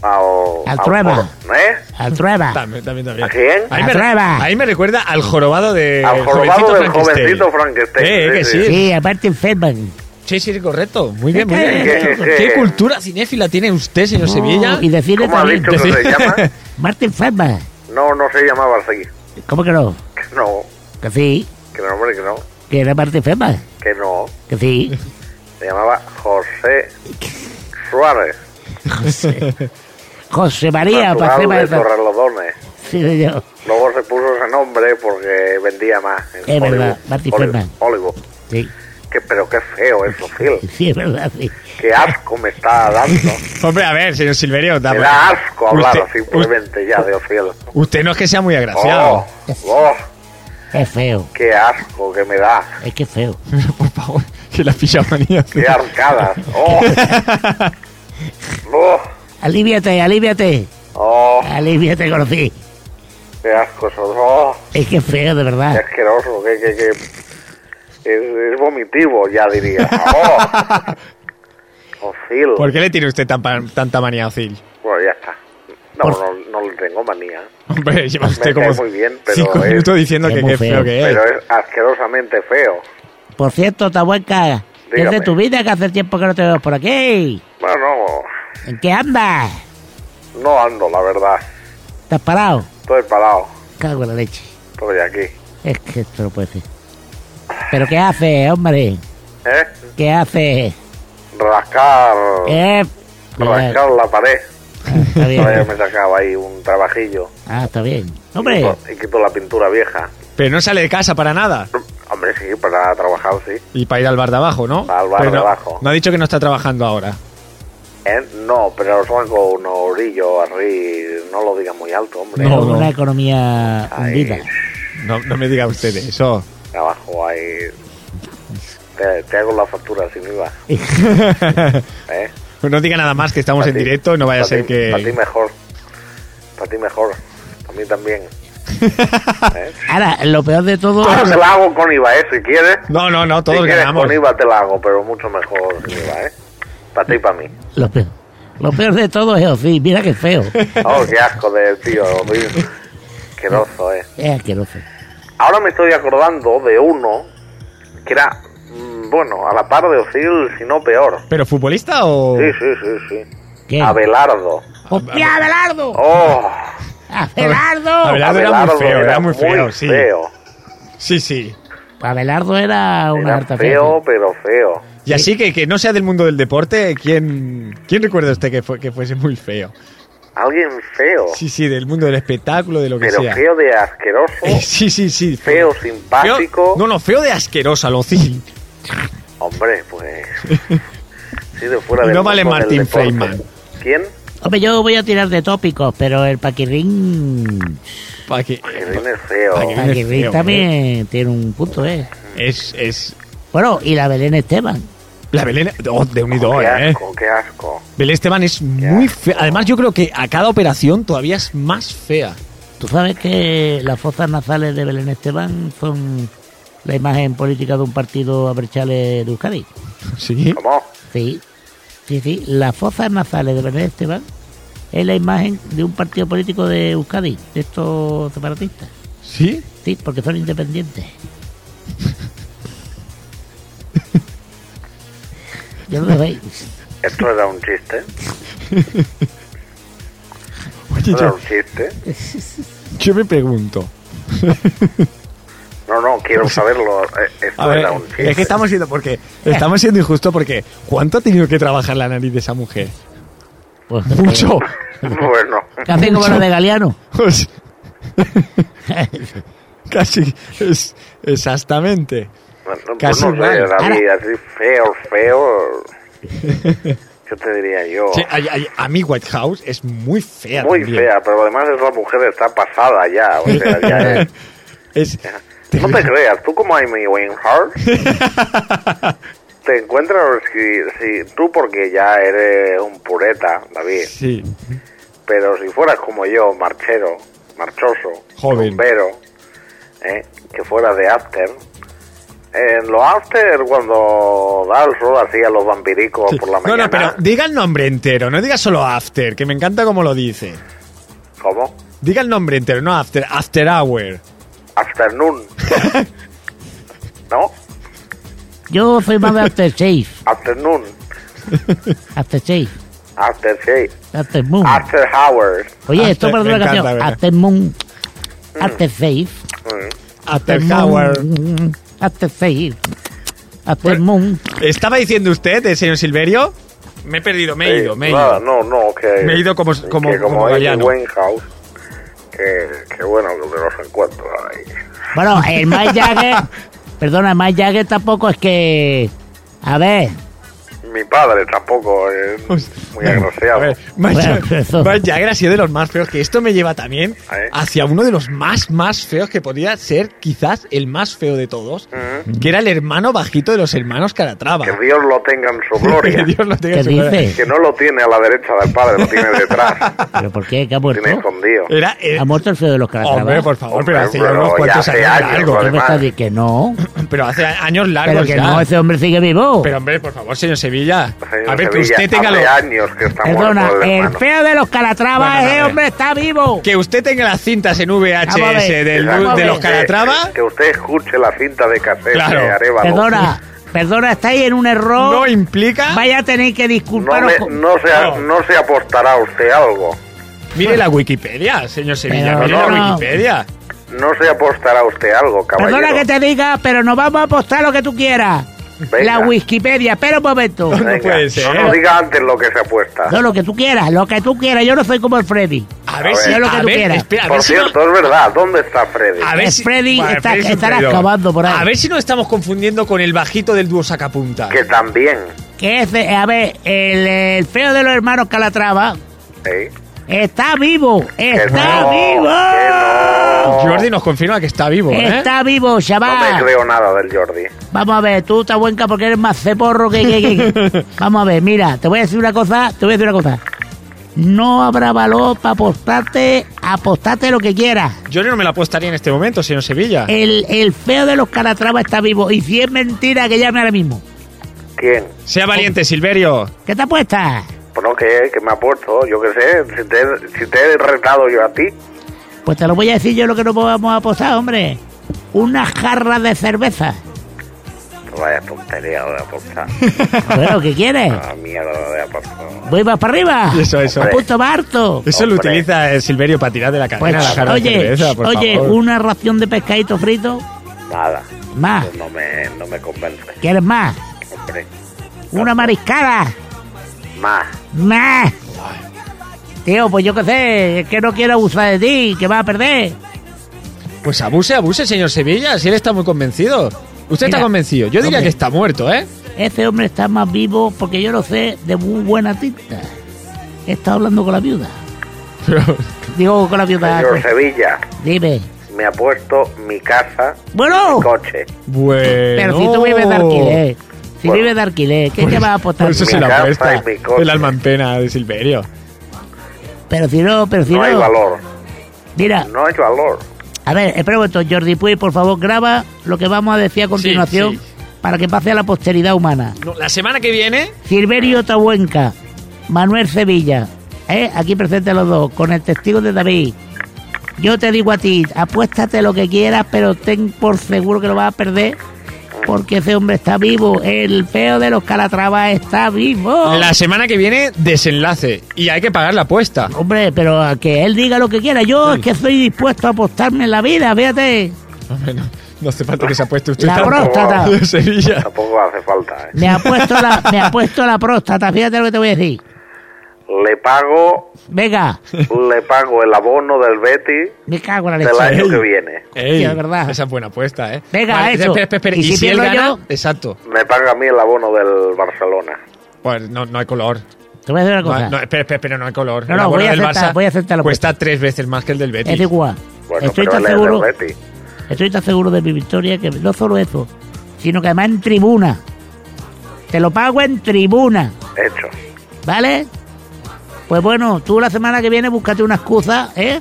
al... Al Trueba. ¿Eh? Al Trueba. También, también, también. ¿A quién? Ahí me, Atrueba. ahí me recuerda al jorobado de Al jorobado del Frankenstein. jovencito Frankenstein, Eh, eh, que sí, sí. Sí, a Martin Feldman. Sí, sí, correcto. Muy bien, muy Es bien. que- es que- ¿Qué cultura cinéfila tiene usted, señor Sevilla? No, y decirle ¿Cómo ha también. dicho que se llama? Martin Feldman. No, no se llamaba así. ¿Cómo que no? Que no, Que sí. que no, hombre, que no. Que era Martin Feldman. Que no. Que sí. Se llamaba José Suárez. José María natural Pacema de de Fer- Torrelodones. Sí, señor. Luego se puso ese nombre porque vendía más. Es en verdad, Marty Hollywood, Feldman. Hollywood. Sí, Qué- pero qué feo eso, Phil. sí, es verdad, sí. Qué asco me está dando. Hombre, a ver, señor Silverio, da- Me da asco hablar usted, simplemente ya de Ociel. usted no es que sea muy agraciado. Oh, oh, Es feo. qué asco que me da. Es que es feo. Por favor, que la pijamanía. Qué arcadas. Oh, oh, Aliviate, aliviate. oh, Aliviate, conocí. qué asco eso. Oh, Es que es feo, de qué verdad. asqueroso. Qué, qué, qué. Es, es vomitivo, ya diría. Oh, Ociel. ¿Por qué le tiene usted tan pa- tanta manía a Ozil? Bueno, ya está. No, no, no le tengo manía. Hombre, lleva usted cae como muy bien, pero cinco es- minutos diciendo es que muy qué feo feo. que es. Pero es asquerosamente feo. Por cierto, Tabuenca, ¿qué es de Dígame. tu vida que hace tiempo que no te veo por aquí? Bueno, ¿En qué andas? no, no ando, la verdad. ¿Estás parado? Estoy parado. Cago en la leche. Estoy aquí. Es que esto no puede ser. ¿Pero qué haces, hombre? ¿Eh? ¿Qué haces? Rascar. Eh, cuidado. eh. Rascar la pared. Ah, está Todavía bien. me sacaba ahí un trabajillo. Ah, está bien. Y Hombre, quito- Y quito la pintura vieja. Pero no sale de casa para nada. Hombre, sí, para trabajar, sí. Y para ir al bar de abajo, ¿no? Al bar Pero de no- abajo. No ha dicho que no está trabajando ahora. ¿Eh? No, pero tengo un orillo así. No lo digas muy alto, hombre. No, con no. una economía hundida. No, no me diga usted eso. Abajo hay. Te, te hago la factura sin IVA. ¿Eh? No diga nada más que estamos Pa' en ti, directo, no vaya a pa' ser ti- Para ti que... mejor. Para ti mejor. A mí también. ¿Eh? Ahora, lo peor de todo. Ahora te la hago con IVA, ¿eh? Si quieres. No, no, no, si todos quieres ganamos. con IVA te la hago, pero mucho mejor sin IVA, ¿eh? Para ti y para mí. Lo peor, lo peor de todo es Ozzy. Mira qué feo. Oh, qué asco de tío. Luis. Asqueroso, ¿eh? Es asqueroso. Ahora me estoy acordando de uno que era, mm, bueno, a la par de Ozil, si no peor. ¿Pero futbolista o...? Sí, sí, sí, sí. ¿Qué? Abelardo. ¡Hostia, Abelardo! Oh, ¡Abelardo! Abelardo era muy Abelardo feo, era muy feo, sí. feo. Sí, sí. Abelardo era una Era harta feo, pero feo. Y así que, que no sea del mundo del deporte, ¿quién, quién recuerda usted que, fue, que fuese muy feo? Alguien feo. Sí, sí, del mundo del espectáculo, de lo que pero sea. feo de asqueroso. Eh, sí, sí, sí. feo, Feo- simpático. no, no, feo de asquerosa, lo sí. Hombre, pues. sí, de fuera Y del mundo no vale del Martín deporte. Feynman. ¿Quién? Hombre, yo voy a tirar de tópicos, pero el paquirrín... Pa' que- Que viene feo. Pa' que- paquirrín feo, también tiene un punto, ¿eh? es, es Bueno, y la Belén Esteban. la Belén oh, de un Qué idol, ¿eh? asco, qué asco. Belén Esteban es muy fea. Además, yo creo que a cada operación todavía es más fea. Tú sabes que las fosas nasales de Belén Esteban son la imagen política de un partido a brechales de Euskadi. Sí. ¿Cómo? Sí, sí, sí. Las fosas nasales de Belén Esteban es la imagen de un partido político de Euskadi, de estos separatistas. Sí. Sí, porque son independientes. Yo no lo veis. Esto era un chiste. Oye, Esto era yo, un chiste. yo me pregunto. No, no, quiero saberlo. Eh, Esto A ver, era un chiste. es que estamos siendo porque estamos siendo injusto porque ¿cuánto ha tenido que trabajar la nariz de esa mujer? Pues, Mucho. Bueno, Café como la de Galeano. O sea, Casi es- exactamente. bueno, Casi pues no sé, mal. David, así feo, feo. Yo te diría yo. Sí, a, a- a mí White House es muy fea. Muy también. fea, pero además esa mujer está pasada ya. O sea, ya es- Es- No te creas, tú como Amy Winehouse te encuentras si, si tú porque ya eres un pureta, David, sí. pero si fueras como yo, marchero, marchoso, Joven. rumbero, ¿eh? que fuera de after, en los after cuando da el sol así a los vampiricos sí. por la No, mañana, no, pero diga el nombre entero, no diga solo After, que me encanta cómo lo dice. ¿cómo? Diga el nombre entero, no After, After Hour. Afternoon, ¿no? Yo soy más de Aftershave. Afternoon, Aftershave. after shave, After Moon. after hours. Oye, After- esto parece me una encanta, canción. ¿verdad? After Moon. After Safe. Mm. After Hour. After Safe. Pues- After Moon. ¿Estaba diciendo usted, eh, señor Silverio? Me he perdido, me he Sí, ido, me he nada, ido. No, no, que. Me he ido como- como- que como Amy Galeano. Winehouse, que, que bueno, que de los encuentros ahí. Bueno, el Mike Jagger. perdona, Mike Jagger tampoco es que. A ver. Mi padre tampoco es muy Pues, eh, A agraciado. ver, Mike Bueno, Jagger- pero eso- Mike Jagger ha sido de los más feos, que esto me lleva también A ver. hacia uno de los más, más feos que podría ser quizás el más feo de todos, Mm, que era el hermano bajito de los hermanos Calatrava. Que Dios lo tenga en su gloria. Dios lo tenga ¿Qué en su gloria. dices? que no lo tiene a la derecha del padre, lo tiene detrás. ¿Pero por qué? ¿Que ha lo muerto? tiene escondido. Era, eh, ¿Ha muerto el feo de los Calatrava? hombre, por favor, pero Hombre, hace ya pero unos ya cuantos hace años años, largos. ¿Qué me estás Además. di- que no? Pero hace años Pero largos que ya. no, ese hombre sigue vivo. Pero hombre, por favor, señor Sevilla, Señor a ver que Sevilla, usted tenga hace lo- años que está Perdona, muerto el el hermano. feo de los Calatrava, Bueno, ese no, hombre está vivo. que usted tenga las cintas en VHS Vamos a ver. del- Exacto. de los Que- Calatrava. Que, que usted escuche la cinta de cassette Claro. de Arevalo. Perdona, perdona, estáis en un error. No implica. Vaya a tener que No, disculparos. me- con- no se, No. no se apostará usted algo. Mire la Wikipedia, señor Sevilla. Pero mire la no. Wikipedia. No se apostará usted algo, caballero. Perdona que te diga, pero nos vamos a apostar lo que tú quieras. Venga. La Wikipedia, espera un momento. No puede ser. ¿eh? No nos diga antes lo que se apuesta. No, lo que tú quieras, lo que tú quieras. Yo no soy como el Freddy. A ver A si. ver. Lo que a tú ver, quieras. espera, a ver Por si no- cierto, es verdad. ¿Dónde está Freddy? a ver si- Freddy Bueno, está- Freddy es un estará traidor. acabando por ahí. A ver si no estamos confundiendo con el bajito del dúo Sacapunta. Que también. Que es, eh, a ver, el, el feo de los hermanos Calatrava ¿eh? está vivo. Está no, vivo. que no. Jordi nos confirma que está vivo, ¿eh? Está vivo, No me chaval. creo nada del Jordi. Vamos a ver, tú estás buenca porque eres más ceporro que, que- que- que- Vamos a ver, mira, te voy a decir una cosa, te voy a decir una cosa. No habrá valor para apostarte, apostarte lo que quieras. Jordi no me la apostaría en este momento, señor Sevilla. El, el feo de los Calatrava está vivo. Y si es mentira, que llame ahora mismo. ¿Quién? sea eh. valiente, Silverio. ¿Qué te apuestas? Pues no, que, que me ha puesto. Yo qué sé. Si te, si te he retado yo a ti. Pues te lo voy a decir yo lo que no podemos apostar, hombre. Una jarra de cerveza. pues Vaya tontería voy a aportar. Bueno, ¿qué quieres? Ah, mierda voy a aportar. ¡Voy más para arriba! Eso, eso. ¡A punto barto! Eso lo Hombre. utiliza eh, Silverio para tirar de la Pues, cadena la jarra de oye, cerveza, por oye, favor. una ración de pescadito frito Nada. más. Pues no me, no me convence, ¿Quieres más? hombre. Una mariscada Más. más. Tío, pues yo qué sé, es que no quiero abusar de ti, que vas a perder. Pues abuse, abuse, señor Sevilla, si él está muy convencido. Usted Mira, está convencido. Yo diría hombre. que está muerto, ¿eh? Ese Este hombre está más vivo porque yo lo sé de muy buena tinta. He estado hablando con la viuda. Pero, Digo con la viuda. Señor pues, Sevilla, Dime. me ha puesto mi casa, Bueno, mi coche. bueno. pero si tú vives de alquiler. Si Bueno. vives de alquiler, ¿qué te vas a apostar? Por Pues eso Mi se la casa apuesta. y mi coche. El alma en pena de Silverio. Pero si no, pero si No hay no. valor. Mira, No hay valor. a ver, espera un momento, Jordi Puy, por favor, graba lo que vamos a decir a continuación sí. para que pase a la posteridad humana. No, la semana que viene. Silverio Tabuenca, Manuel Sevilla, ¿eh? aquí presentes los dos, con el testigo de David. Yo te digo a ti, apuéstate lo que quieras, pero ten por seguro que lo vas a perder, porque ese hombre está vivo, el feo de los Calatrava está vivo. La semana que viene, desenlace. Y hay que pagar la apuesta. Hombre, pero a que él diga lo que quiera, yo es que estoy dispuesto a apostarme en la vida, fíjate. Hombre, no, no hace falta que se apueste usted La tampoco. próstata. De Sevilla. Tampoco hace falta. ¿eh? Me ha puesto la, me ha puesto la próstata, fíjate lo que te voy a decir. Le pago, Venga, le pago el abono del Betty me cago en la del leche. año que viene. Ey, Hostia, es verdad. Esa es buena apuesta, ¿eh? Venga, eso. Espera, espera, espera. ¿Y ¿Y, si si, él pierdo gana? yo? Exacto. Me paga a mí el abono del Barcelona. Pues no, no hay color. Te voy a decir una No, cosa. hay- no, espera, espera, espera, no hay color. No, El no, abono voy a del aceptar- Barça voy a aceptar la Cuesta tres veces más que el del Betis. Es igual. Bueno, estoy pero tan él es seguro, del Betty. estoy tan seguro de mi victoria que no solo eso, sino que además en tribuna. Te lo pago en tribuna, Hecho. ¿vale? Pues bueno, tú la semana que viene búscate una excusa, ¿eh?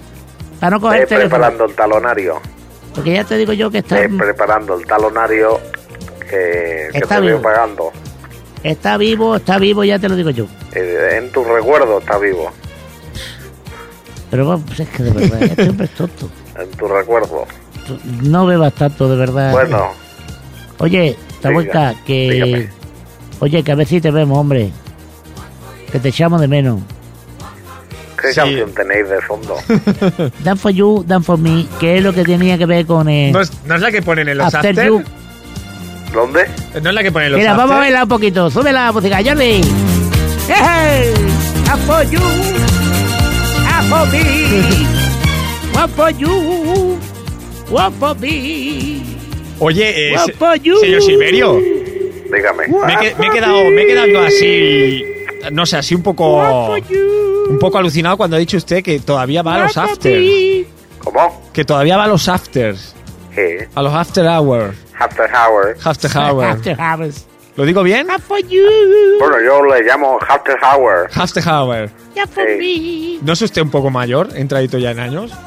Para no coger Ve el teléfono. preparando el talonario. Porque ya te digo yo que este está, Ve preparando el talonario que, que Está te vivo. veo pagando. está vivo, está vivo, ya te lo digo yo. Eh, En tu recuerdo está vivo. Pero vamos, es que de verdad, este hombre es tonto. En tu recuerdo. Tú No bebas tanto, de verdad. Bueno, Oye, Tabuenca, Diga, que. dígame. Oye, que a ver si te vemos, hombre. Que te echamos de menos. ¿qué Sí. canción tenéis de fondo? Dan for you, dan for me, que es lo que tenía que ver con. eh, ¿No es, no es la que ponen en los After after? You. ¿Dónde? ¿No es la que ponen en los Mira, after? vamos a verla un poquito. Sube la música, Jordi. ¡Hey! I'm for you. I'm for me. One for you. One for me. Oye, eh, One se- for you. señor Silverio, Dígame. me, he que- me he quedado, me he quedado así, no sé, así un poco, One for you. un poco alucinado cuando ha dicho usted que todavía va a los One for afters, me. ¿Cómo? que todavía va a los afters, Sí. a los after hour, After Hour. after hour. After hours. ¿Lo digo bien? I'm for you. Bueno, yo le llamo After Hour. After hour. I'm for me. ¿No es usted un poco mayor, entradito ya en años?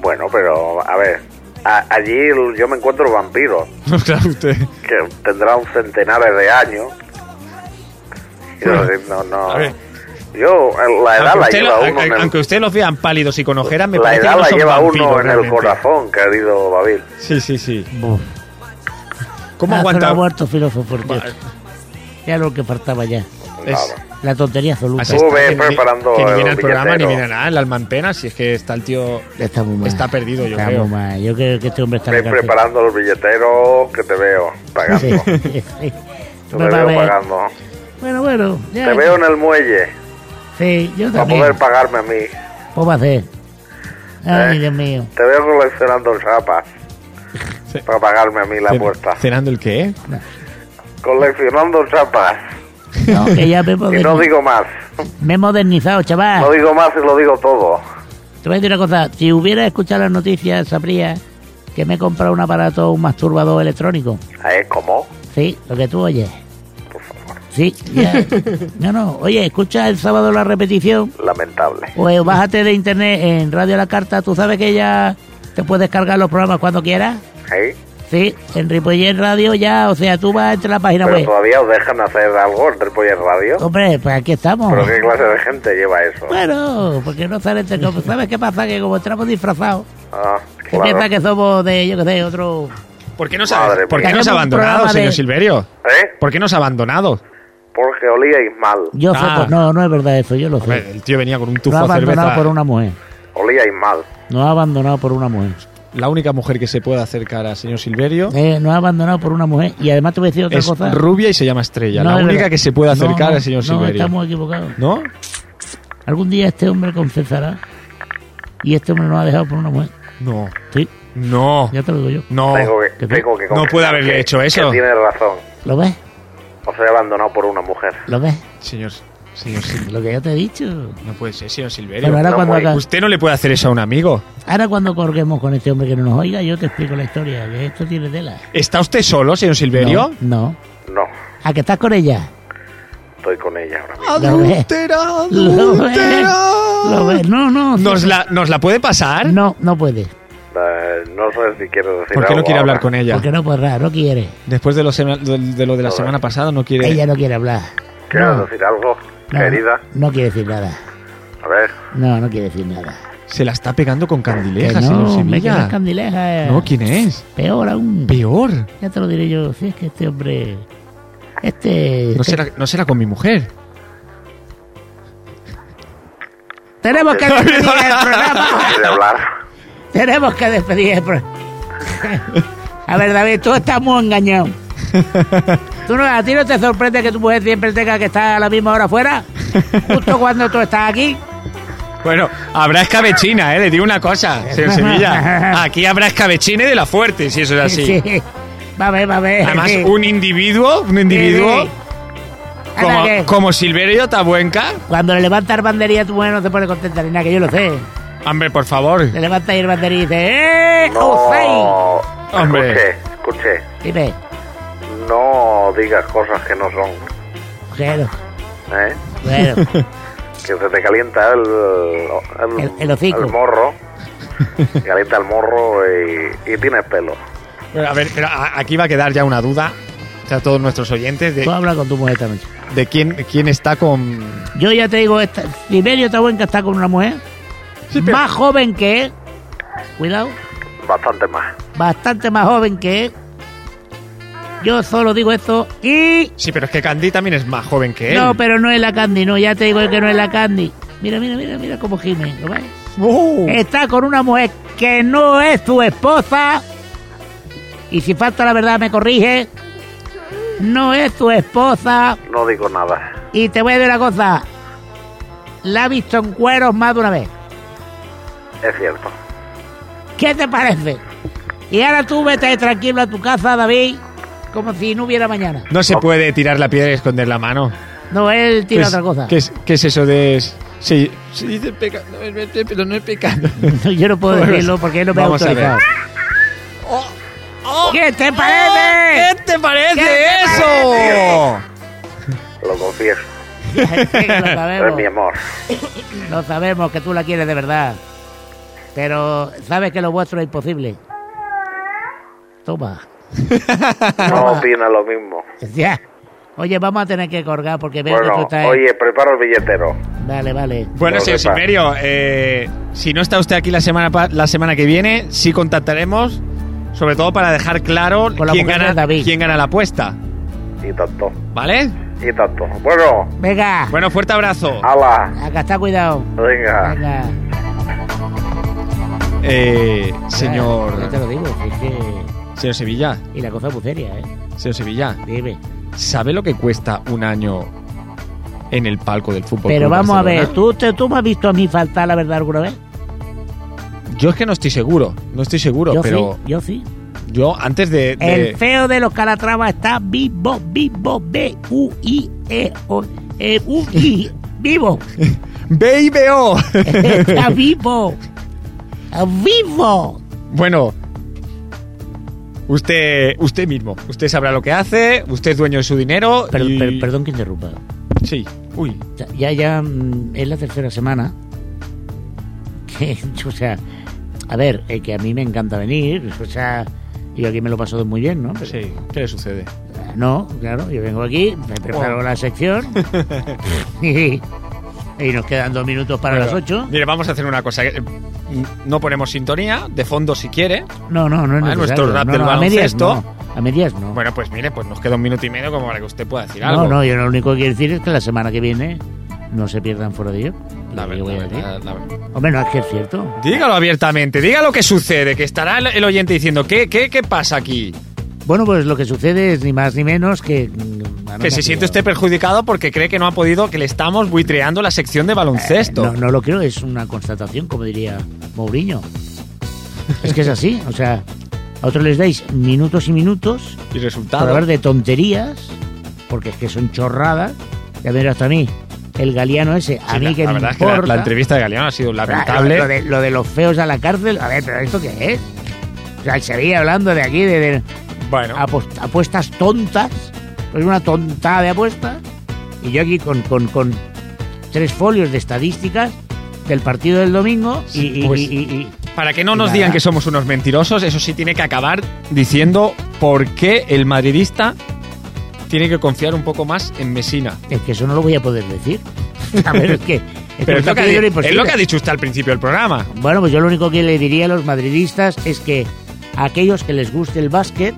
Bueno, pero a ver, a- allí yo me encuentro vampiros No, claro, usted. que tendrán centenares de años. Y yo decir, no, no. A ver. Yo, eh, la edad Aunque la usted, lleva lo- uno en aunque- el- aunque usted los vean pálidos y con ojeras, me la parece que edad no la son lleva vampiros, uno en el realmente. corazón, querido Babil. Sí, sí, sí. Buf. ¿Cómo Ah, aguanta? pero Ah, ha muerto filósofo, por Dios. Ya lo que faltaba ya. Es- Claro. La tontería absoluta. Así Tú Ah, está, ve que ni- preparando que ni el viene al programa ni billetero. viene a nada, el alma en pena, si es que está el tío... Está muy mal. Está perdido, yo Está creo. muy mal. Yo creo que este hombre está Ve en la cárcel. preparando los billeteros que te veo pagando. Sí. Te Me Pues va a veo ver. pagando. Bueno, bueno. ya. Te veo en el muelle Sí, yo para también. poder pagarme a mí. ¿Cómo va a hacer? Ay, Eh. Dios mío. Te veo coleccionando chapas Sí. para pagarme a mí la Cen- puerta. ¿Cenando el qué? Coleccionando chapas. No, que ya me he, Y moderni- no digo más. me he modernizado, chaval. No digo más y lo digo todo. Te voy a decir una cosa. Si hubiera escuchado las noticias, sabría que me he comprado un aparato, un masturbador electrónico. ¿Eh? ¿Cómo? Sí, lo que tú oyes. Sí, ya. No, no. Oye, escucha el sábado la repetición. Lamentable. Pues bájate de internet en Radio La Carta. Tú sabes que ya te puedes cargar los programas cuando quieras. ¿Eh? Sí, en Ripollet Radio ya, o sea, tú vas entre la página Pero web. todavía os dejan hacer algo en Tripoller Radio. Hombre, pues aquí estamos. ¿Pero qué clase de gente lleva eso? Bueno, porque no sale este- como- ¿Sabes qué pasa? Que como estamos disfrazados, Ah, se piensa claro. que somos de, yo qué sé, otro, ¿Por qué nos, Madre ha, ¿por qué mía. Tenemos nos ha un abandonado, programa señor de- Silverio? ¿Eh? ¿Por qué nos ha abandonado? Porque olíais mal. Yo Ah. fue por- No, no es verdad eso, yo lo Hombre, sé. el tío venía con un No tufo ha de cerveza. abandonado por una mujer. Olíais mal. No ha abandonado por una mujer. La única mujer que se puede acercar a señor Silverio Eh, no ha abandonado por una mujer. Y además te voy a decir otra es cosa. rubia y se llama Estrella. No, la es única verdad. que se puede acercar No, al señor No, Silverio. estamos equivocados. ¿No? Algún día este hombre confesará. Y este hombre no ha dejado por una mujer. No. Sí, No. ya te lo digo yo. No. tengo que, que tú- tengo que no puede confesar haberle que- hecho eso. Que tiene razón. ¿Lo ves? Os he abandonado por una mujer. ¿Lo ves? Señor, señor Silverio. Lo que ya te he dicho. No puede ser, señor Silverio. Bueno, ahora no, cuando, güey. haga- Usted no le puede hacer eso a un amigo. ahora cuando corguemos con este hombre que no nos oiga, yo te explico la historia. Que esto tiene tela. ¿Está usted solo, señor Silverio? No. no. No, ¿A que estás con ella? estoy con ella ahora mismo. Adultera, Lo ves. adultera. Lo ves. No, no. ¿Nos sí. la, ¿Nos la puede pasar? No, no puede. Eh, no sé si quiero decir ¿Por qué no algo quiere hablar ahora. con ella? Porque no podrá, no quiere. Después de lo, sema- de, de lo de la semana pasada no quiere... Ella no quiere hablar. ¿Quieres No, decir algo, no, querida? No quiere decir nada. A ver, No, no quiere decir nada. Se la está pegando con candilejas, Que señor no, hombre, que no es Sevilla. candileja. eh. No, ¿quién es? Peor aún. Peor. Ya te lo diré yo. Si es que este hombre... Este... No este- será, no será con mi mujer. Tenemos que despedir el programa. quiere hablar. Tenemos que despedir el programa. A ver, David, tú estás muy engañado. ¿Tú no, ¿A ti no te sorprende que tu mujer siempre tenga que estar a la misma hora afuera? Justo cuando tú estás aquí. Bueno, habrá escabechina, ¿eh? Le digo una cosa, señor Sevilla. Aquí habrá escabechina y de la fuerte, si eso es así. Sí. Va a ver, va a ver. Ah, Además, Sí. un individuo, un individuo Sí, sí. Anda, que como, como Silverio Tabuenca. Cuando le levanta el bandería, tu mujer no se pone contenta ni nada, que yo lo sé. Hombre, por favor. Le levanta ahí el bandería y dice, ¡eh, José! No, Hombre. escuche, escuche. Dime, No digas cosas que no son, bueno, ¿eh? bueno, Que se te calienta el, el, El- el hocico. el morro. Se calienta el morro y, y tienes pelo. Bueno, a ver, pero a- aquí va a quedar ya una duda a todos nuestros oyentes tú de, habla con tu mujer esta noche. de quién, quién está con... Yo ya te digo, este, esta, Liberio está buen que está con una mujer más joven que él, cuidado, Bastante más. bastante más joven que él. Yo solo digo esto y... Sí, pero es que Candy también es más joven que él. No, pero no es la Candy, no, ya te digo que no es la Candy. Mira, mira, mira, mira cómo gime, ¿lo ves? ¡Oh! está con una mujer que no es su esposa. Y si falta la verdad, me corrige. No es su esposa. No digo nada. Y te voy a decir una cosa. La ha visto en cueros más de una vez. Es cierto. ¿Qué te parece? Y ahora tú vete tranquilo a tu casa, David, como si no hubiera mañana. No se puede tirar la piedra y esconder la mano. No, él ¿Qué tira es- otra cosa. ¿qué es, qué es eso de...? Sí, se dice pecado, pero no es pecado. Yo no puedo Bueno, decirlo porque él no me ha vamos a ver. autorizado. ¿Qué te parece? ¿Qué te parece ¿Qué te eso? Oh. Lo confieso. Sí, que lo Es sabemos. mi amor. Lo sabemos que tú la quieres de verdad. Pero sabes que lo vuestro es imposible. Toma. No opina lo mismo. Ya. Oye, vamos a tener que colgar porque veo que tú Bueno, estás. oye, prepara el billetero. Vale, vale. Bueno, No señor sepa. Silverio, eh, si no está usted aquí la semana, pa- la semana que viene, sí contactaremos, sobre todo para dejar claro Con la quién mujer de gana, David. quién gana la apuesta, Y tanto. ¿vale? Y tanto. Bueno, Venga, Bueno, fuerte abrazo. Ah. ala. acá está cuidado. Venga. Venga. Eh, Ya, ya te señor, lo digo, es que. señor Sevilla, Y la cosa es muy seria, ¿eh? señor Sevilla, Dime. ¿sabe lo que cuesta un año en el palco del fútbol? Pero Club vamos a ver, Barcelona? ¿tú, te, ¿tú me has visto a mí faltar la verdad alguna vez? Yo es que no estoy seguro, no estoy seguro, yo pero sí, yo sí. yo antes de... de- El feo de los Calatrava está vivo, vivo, B-U-I-E-O. eh, u i vivo, ¡Ve y veo! está vivo, vivo. Bueno, usted, usted mismo, usted sabrá lo que hace, usted es dueño de su dinero. Per- y- per- perdón que interrumpa. Sí. Uy. Ya, ya mm, es la tercera semana. Que, o sea, a ver, eh, que a mí me encanta venir, o sea, yo aquí me lo paso muy bien, ¿no? Pero- Sí. ¿Qué le sucede? No, claro, yo vengo aquí, me preparo Wow. la sección y, y nos quedan dos minutos para Bueno, las ocho. Mire, vamos a hacer una cosa. eh, no ponemos sintonía, de fondo si quiere. No, no, no es necesario. Vale, nuestro rap No, del no, a medias baloncesto. no. A medias no. Bueno, pues mire, pues nos queda un minuto y medio como para que usted pueda decir algo. no, no, yo lo único que quiero decir es que la semana que viene no se pierdan Foro de Yo. La Lo ver- que yo voy la a decir. verdad, la verdad. Hombre, no es que es cierto. Dígalo abiertamente, diga lo que sucede, que estará el- el oyente diciendo, ¿qué, qué, qué pasa aquí? Bueno, pues lo que sucede es ni más ni menos que... mm, no me que se siente este acuerdo. usted perjudicado porque cree que no ha podido, que le estamos buitreando la sección de baloncesto. No, no lo creo, es una constatación, como diría Mourinho. Es que es así, o sea, a otros les dais minutos y minutos Y para resultado. hablar de tonterías, porque es que son chorradas. Ya verás hasta a mí, el galiano ese, a Sí, mí la, que la me verdad es que importa. la, la entrevista de Galeano ha sido Lo, lamentable. de, lo de los feos a la cárcel, a ver, pero ¿esto qué es? O sea, se veía hablando de aquí, de, de Bueno, apost- apuestas tontas, es una tontada de apuestas, y yo aquí con, con, con tres folios de estadísticas del partido del domingo y- Sí, y- pues, y- y- para que no nos nada. digan que somos unos mentirosos, eso sí tiene que acabar diciendo por qué el madridista tiene que confiar un poco más en Mesina. y- es que eso no lo voy a poder decir. A ver, es que... es que Pero me es lo, está que ha, pidiendo di- es lo que ha imposible. dicho usted al principio del programa. Bueno, pues yo lo único que le diría a los madridistas es que a aquellos que les guste el básquet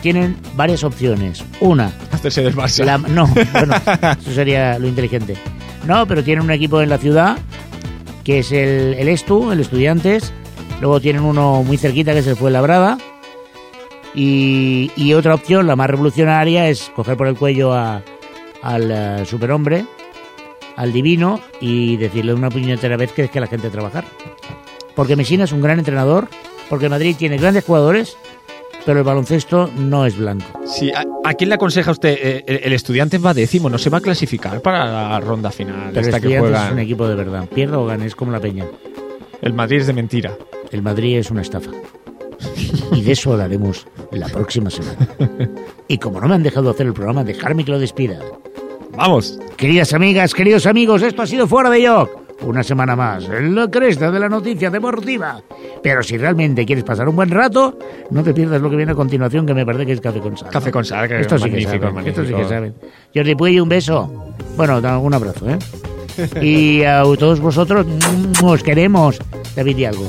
tienen varias opciones. Una, Hacerse del Barça. La- no, bueno, eso sería lo inteligente. No, pero tienen un equipo en la ciudad que es el, el Estu, el Estudiantes. Luego tienen uno muy cerquita que es el Fuenlabrada. Y, y otra opción, la más revolucionaria, es coger por el cuello a- al eh, superhombre, al divino, y decirle una puñetera vez que es que la gente a trabajar. Porque Messina es un gran entrenador, porque Madrid tiene grandes jugadores, pero el baloncesto no es blanco. Sí, ¿a, a quién le aconseja usted? Eh, el, el estudiante va décimo, no se va a clasificar para la ronda final. Pero esta que Estudiantes juega. es un equipo de verdad. Pierda o gane, es como la peña. El Madrid es de mentira. El Madrid es una estafa. Y de eso hablaremos la próxima semana. Y como no me han dejado hacer el programa, dejarme que lo despida. Vamos. Queridas amigas, queridos amigos, esto ha sido Fuera de York. Una semana más en la cresta de la noticia deportiva. Pero si realmente quieres pasar un buen rato, no te pierdas lo que viene a continuación, que me parece que es Café con Sal. Café con sal, que Esto es sí que Eh, magnífico, saben, magnífico. Esto sí que saben. Jordi Puello, un beso. Bueno, da un abrazo, ¿eh? Y a todos vosotros, os queremos. David y algo.